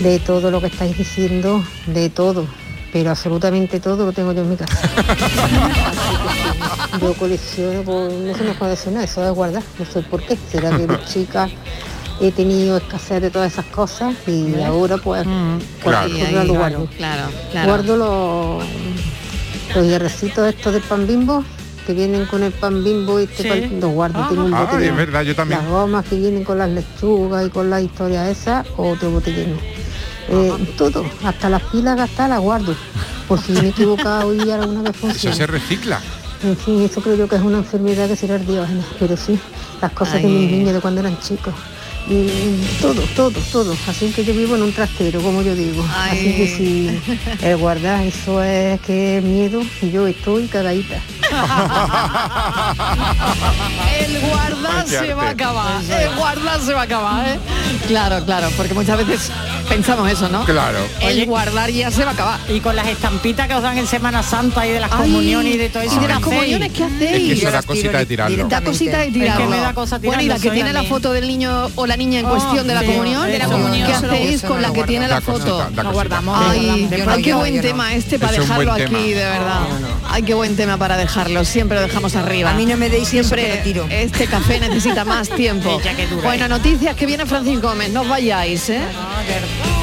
de todo lo que estáis diciendo, de todo, pero absolutamente todo lo tengo yo en mi casa. Así que sí, yo colecciono, pues, no se me colecciona, eso es guardar, no sé por qué, será que de chica he tenido escasez de todas esas cosas y ¿Ves? ahora pues cualquier Ahí, ahí, cosa lo claro, guardo. claro, claro. Guardo los, los hierrecitos estos del pan bimbo, que vienen con el pan bimbo y este Sí. pan- los guardo, Ah, tengo un ah, botellón. es verdad, yo también. Las gomas que vienen con las lechugas y con las historias esas, otro botellón. Eh, todo, hasta las pilas gastadas las guardo, por si me he equivocado y alguna vez Eso funciona. se recicla. En fin, eso creo yo que es una enfermedad que será diógenes, pero sí, las cosas que Ay. me niños de cuando eran chicos. Mm, Todo, todo, todo. Así que yo vivo en un trastero, como yo digo. Así que si el guardar eso es que es miedo, y yo estoy cagadita. El guardar Ay, qué se va a arte. acabar. Eso es. El guardar se va a acabar, ¿eh? Claro, claro, porque muchas veces pensamos eso, ¿no? El Oye, guardar ya se va a acabar. Y con las estampitas que os dan en Semana Santa y de las Ay, comuniones y de todo eso. y de ¿qué las hacéis? comuniones, ¿qué hacéis? Es que eso da cosita de tirarlo. Da cosita de Es tirarlo. que me da cosa bueno, y la tirarlo, que soy tiene la también. foto del niño o la niña en Oh, cuestión de la sí, comunión, de la eso, comunión, ¿qué eso lo- hacéis eso con no la lo que tiene la guardamos. Da foto? cosita, da Lo guardamos, cosita. lo Ay, guardamos. Yo no, ay, qué yo no, buen yo no. tema este para Es un dejarlo buen aquí, tema. de verdad. Ay, qué buen tema para dejarlo. Siempre lo dejamos arriba. A mí no me deis eso siempre que lo tiro. Este café necesita más tiempo. Ya que dura, bueno, eh. noticias que viene Francis Gómez. No os vayáis, ¿eh? eh.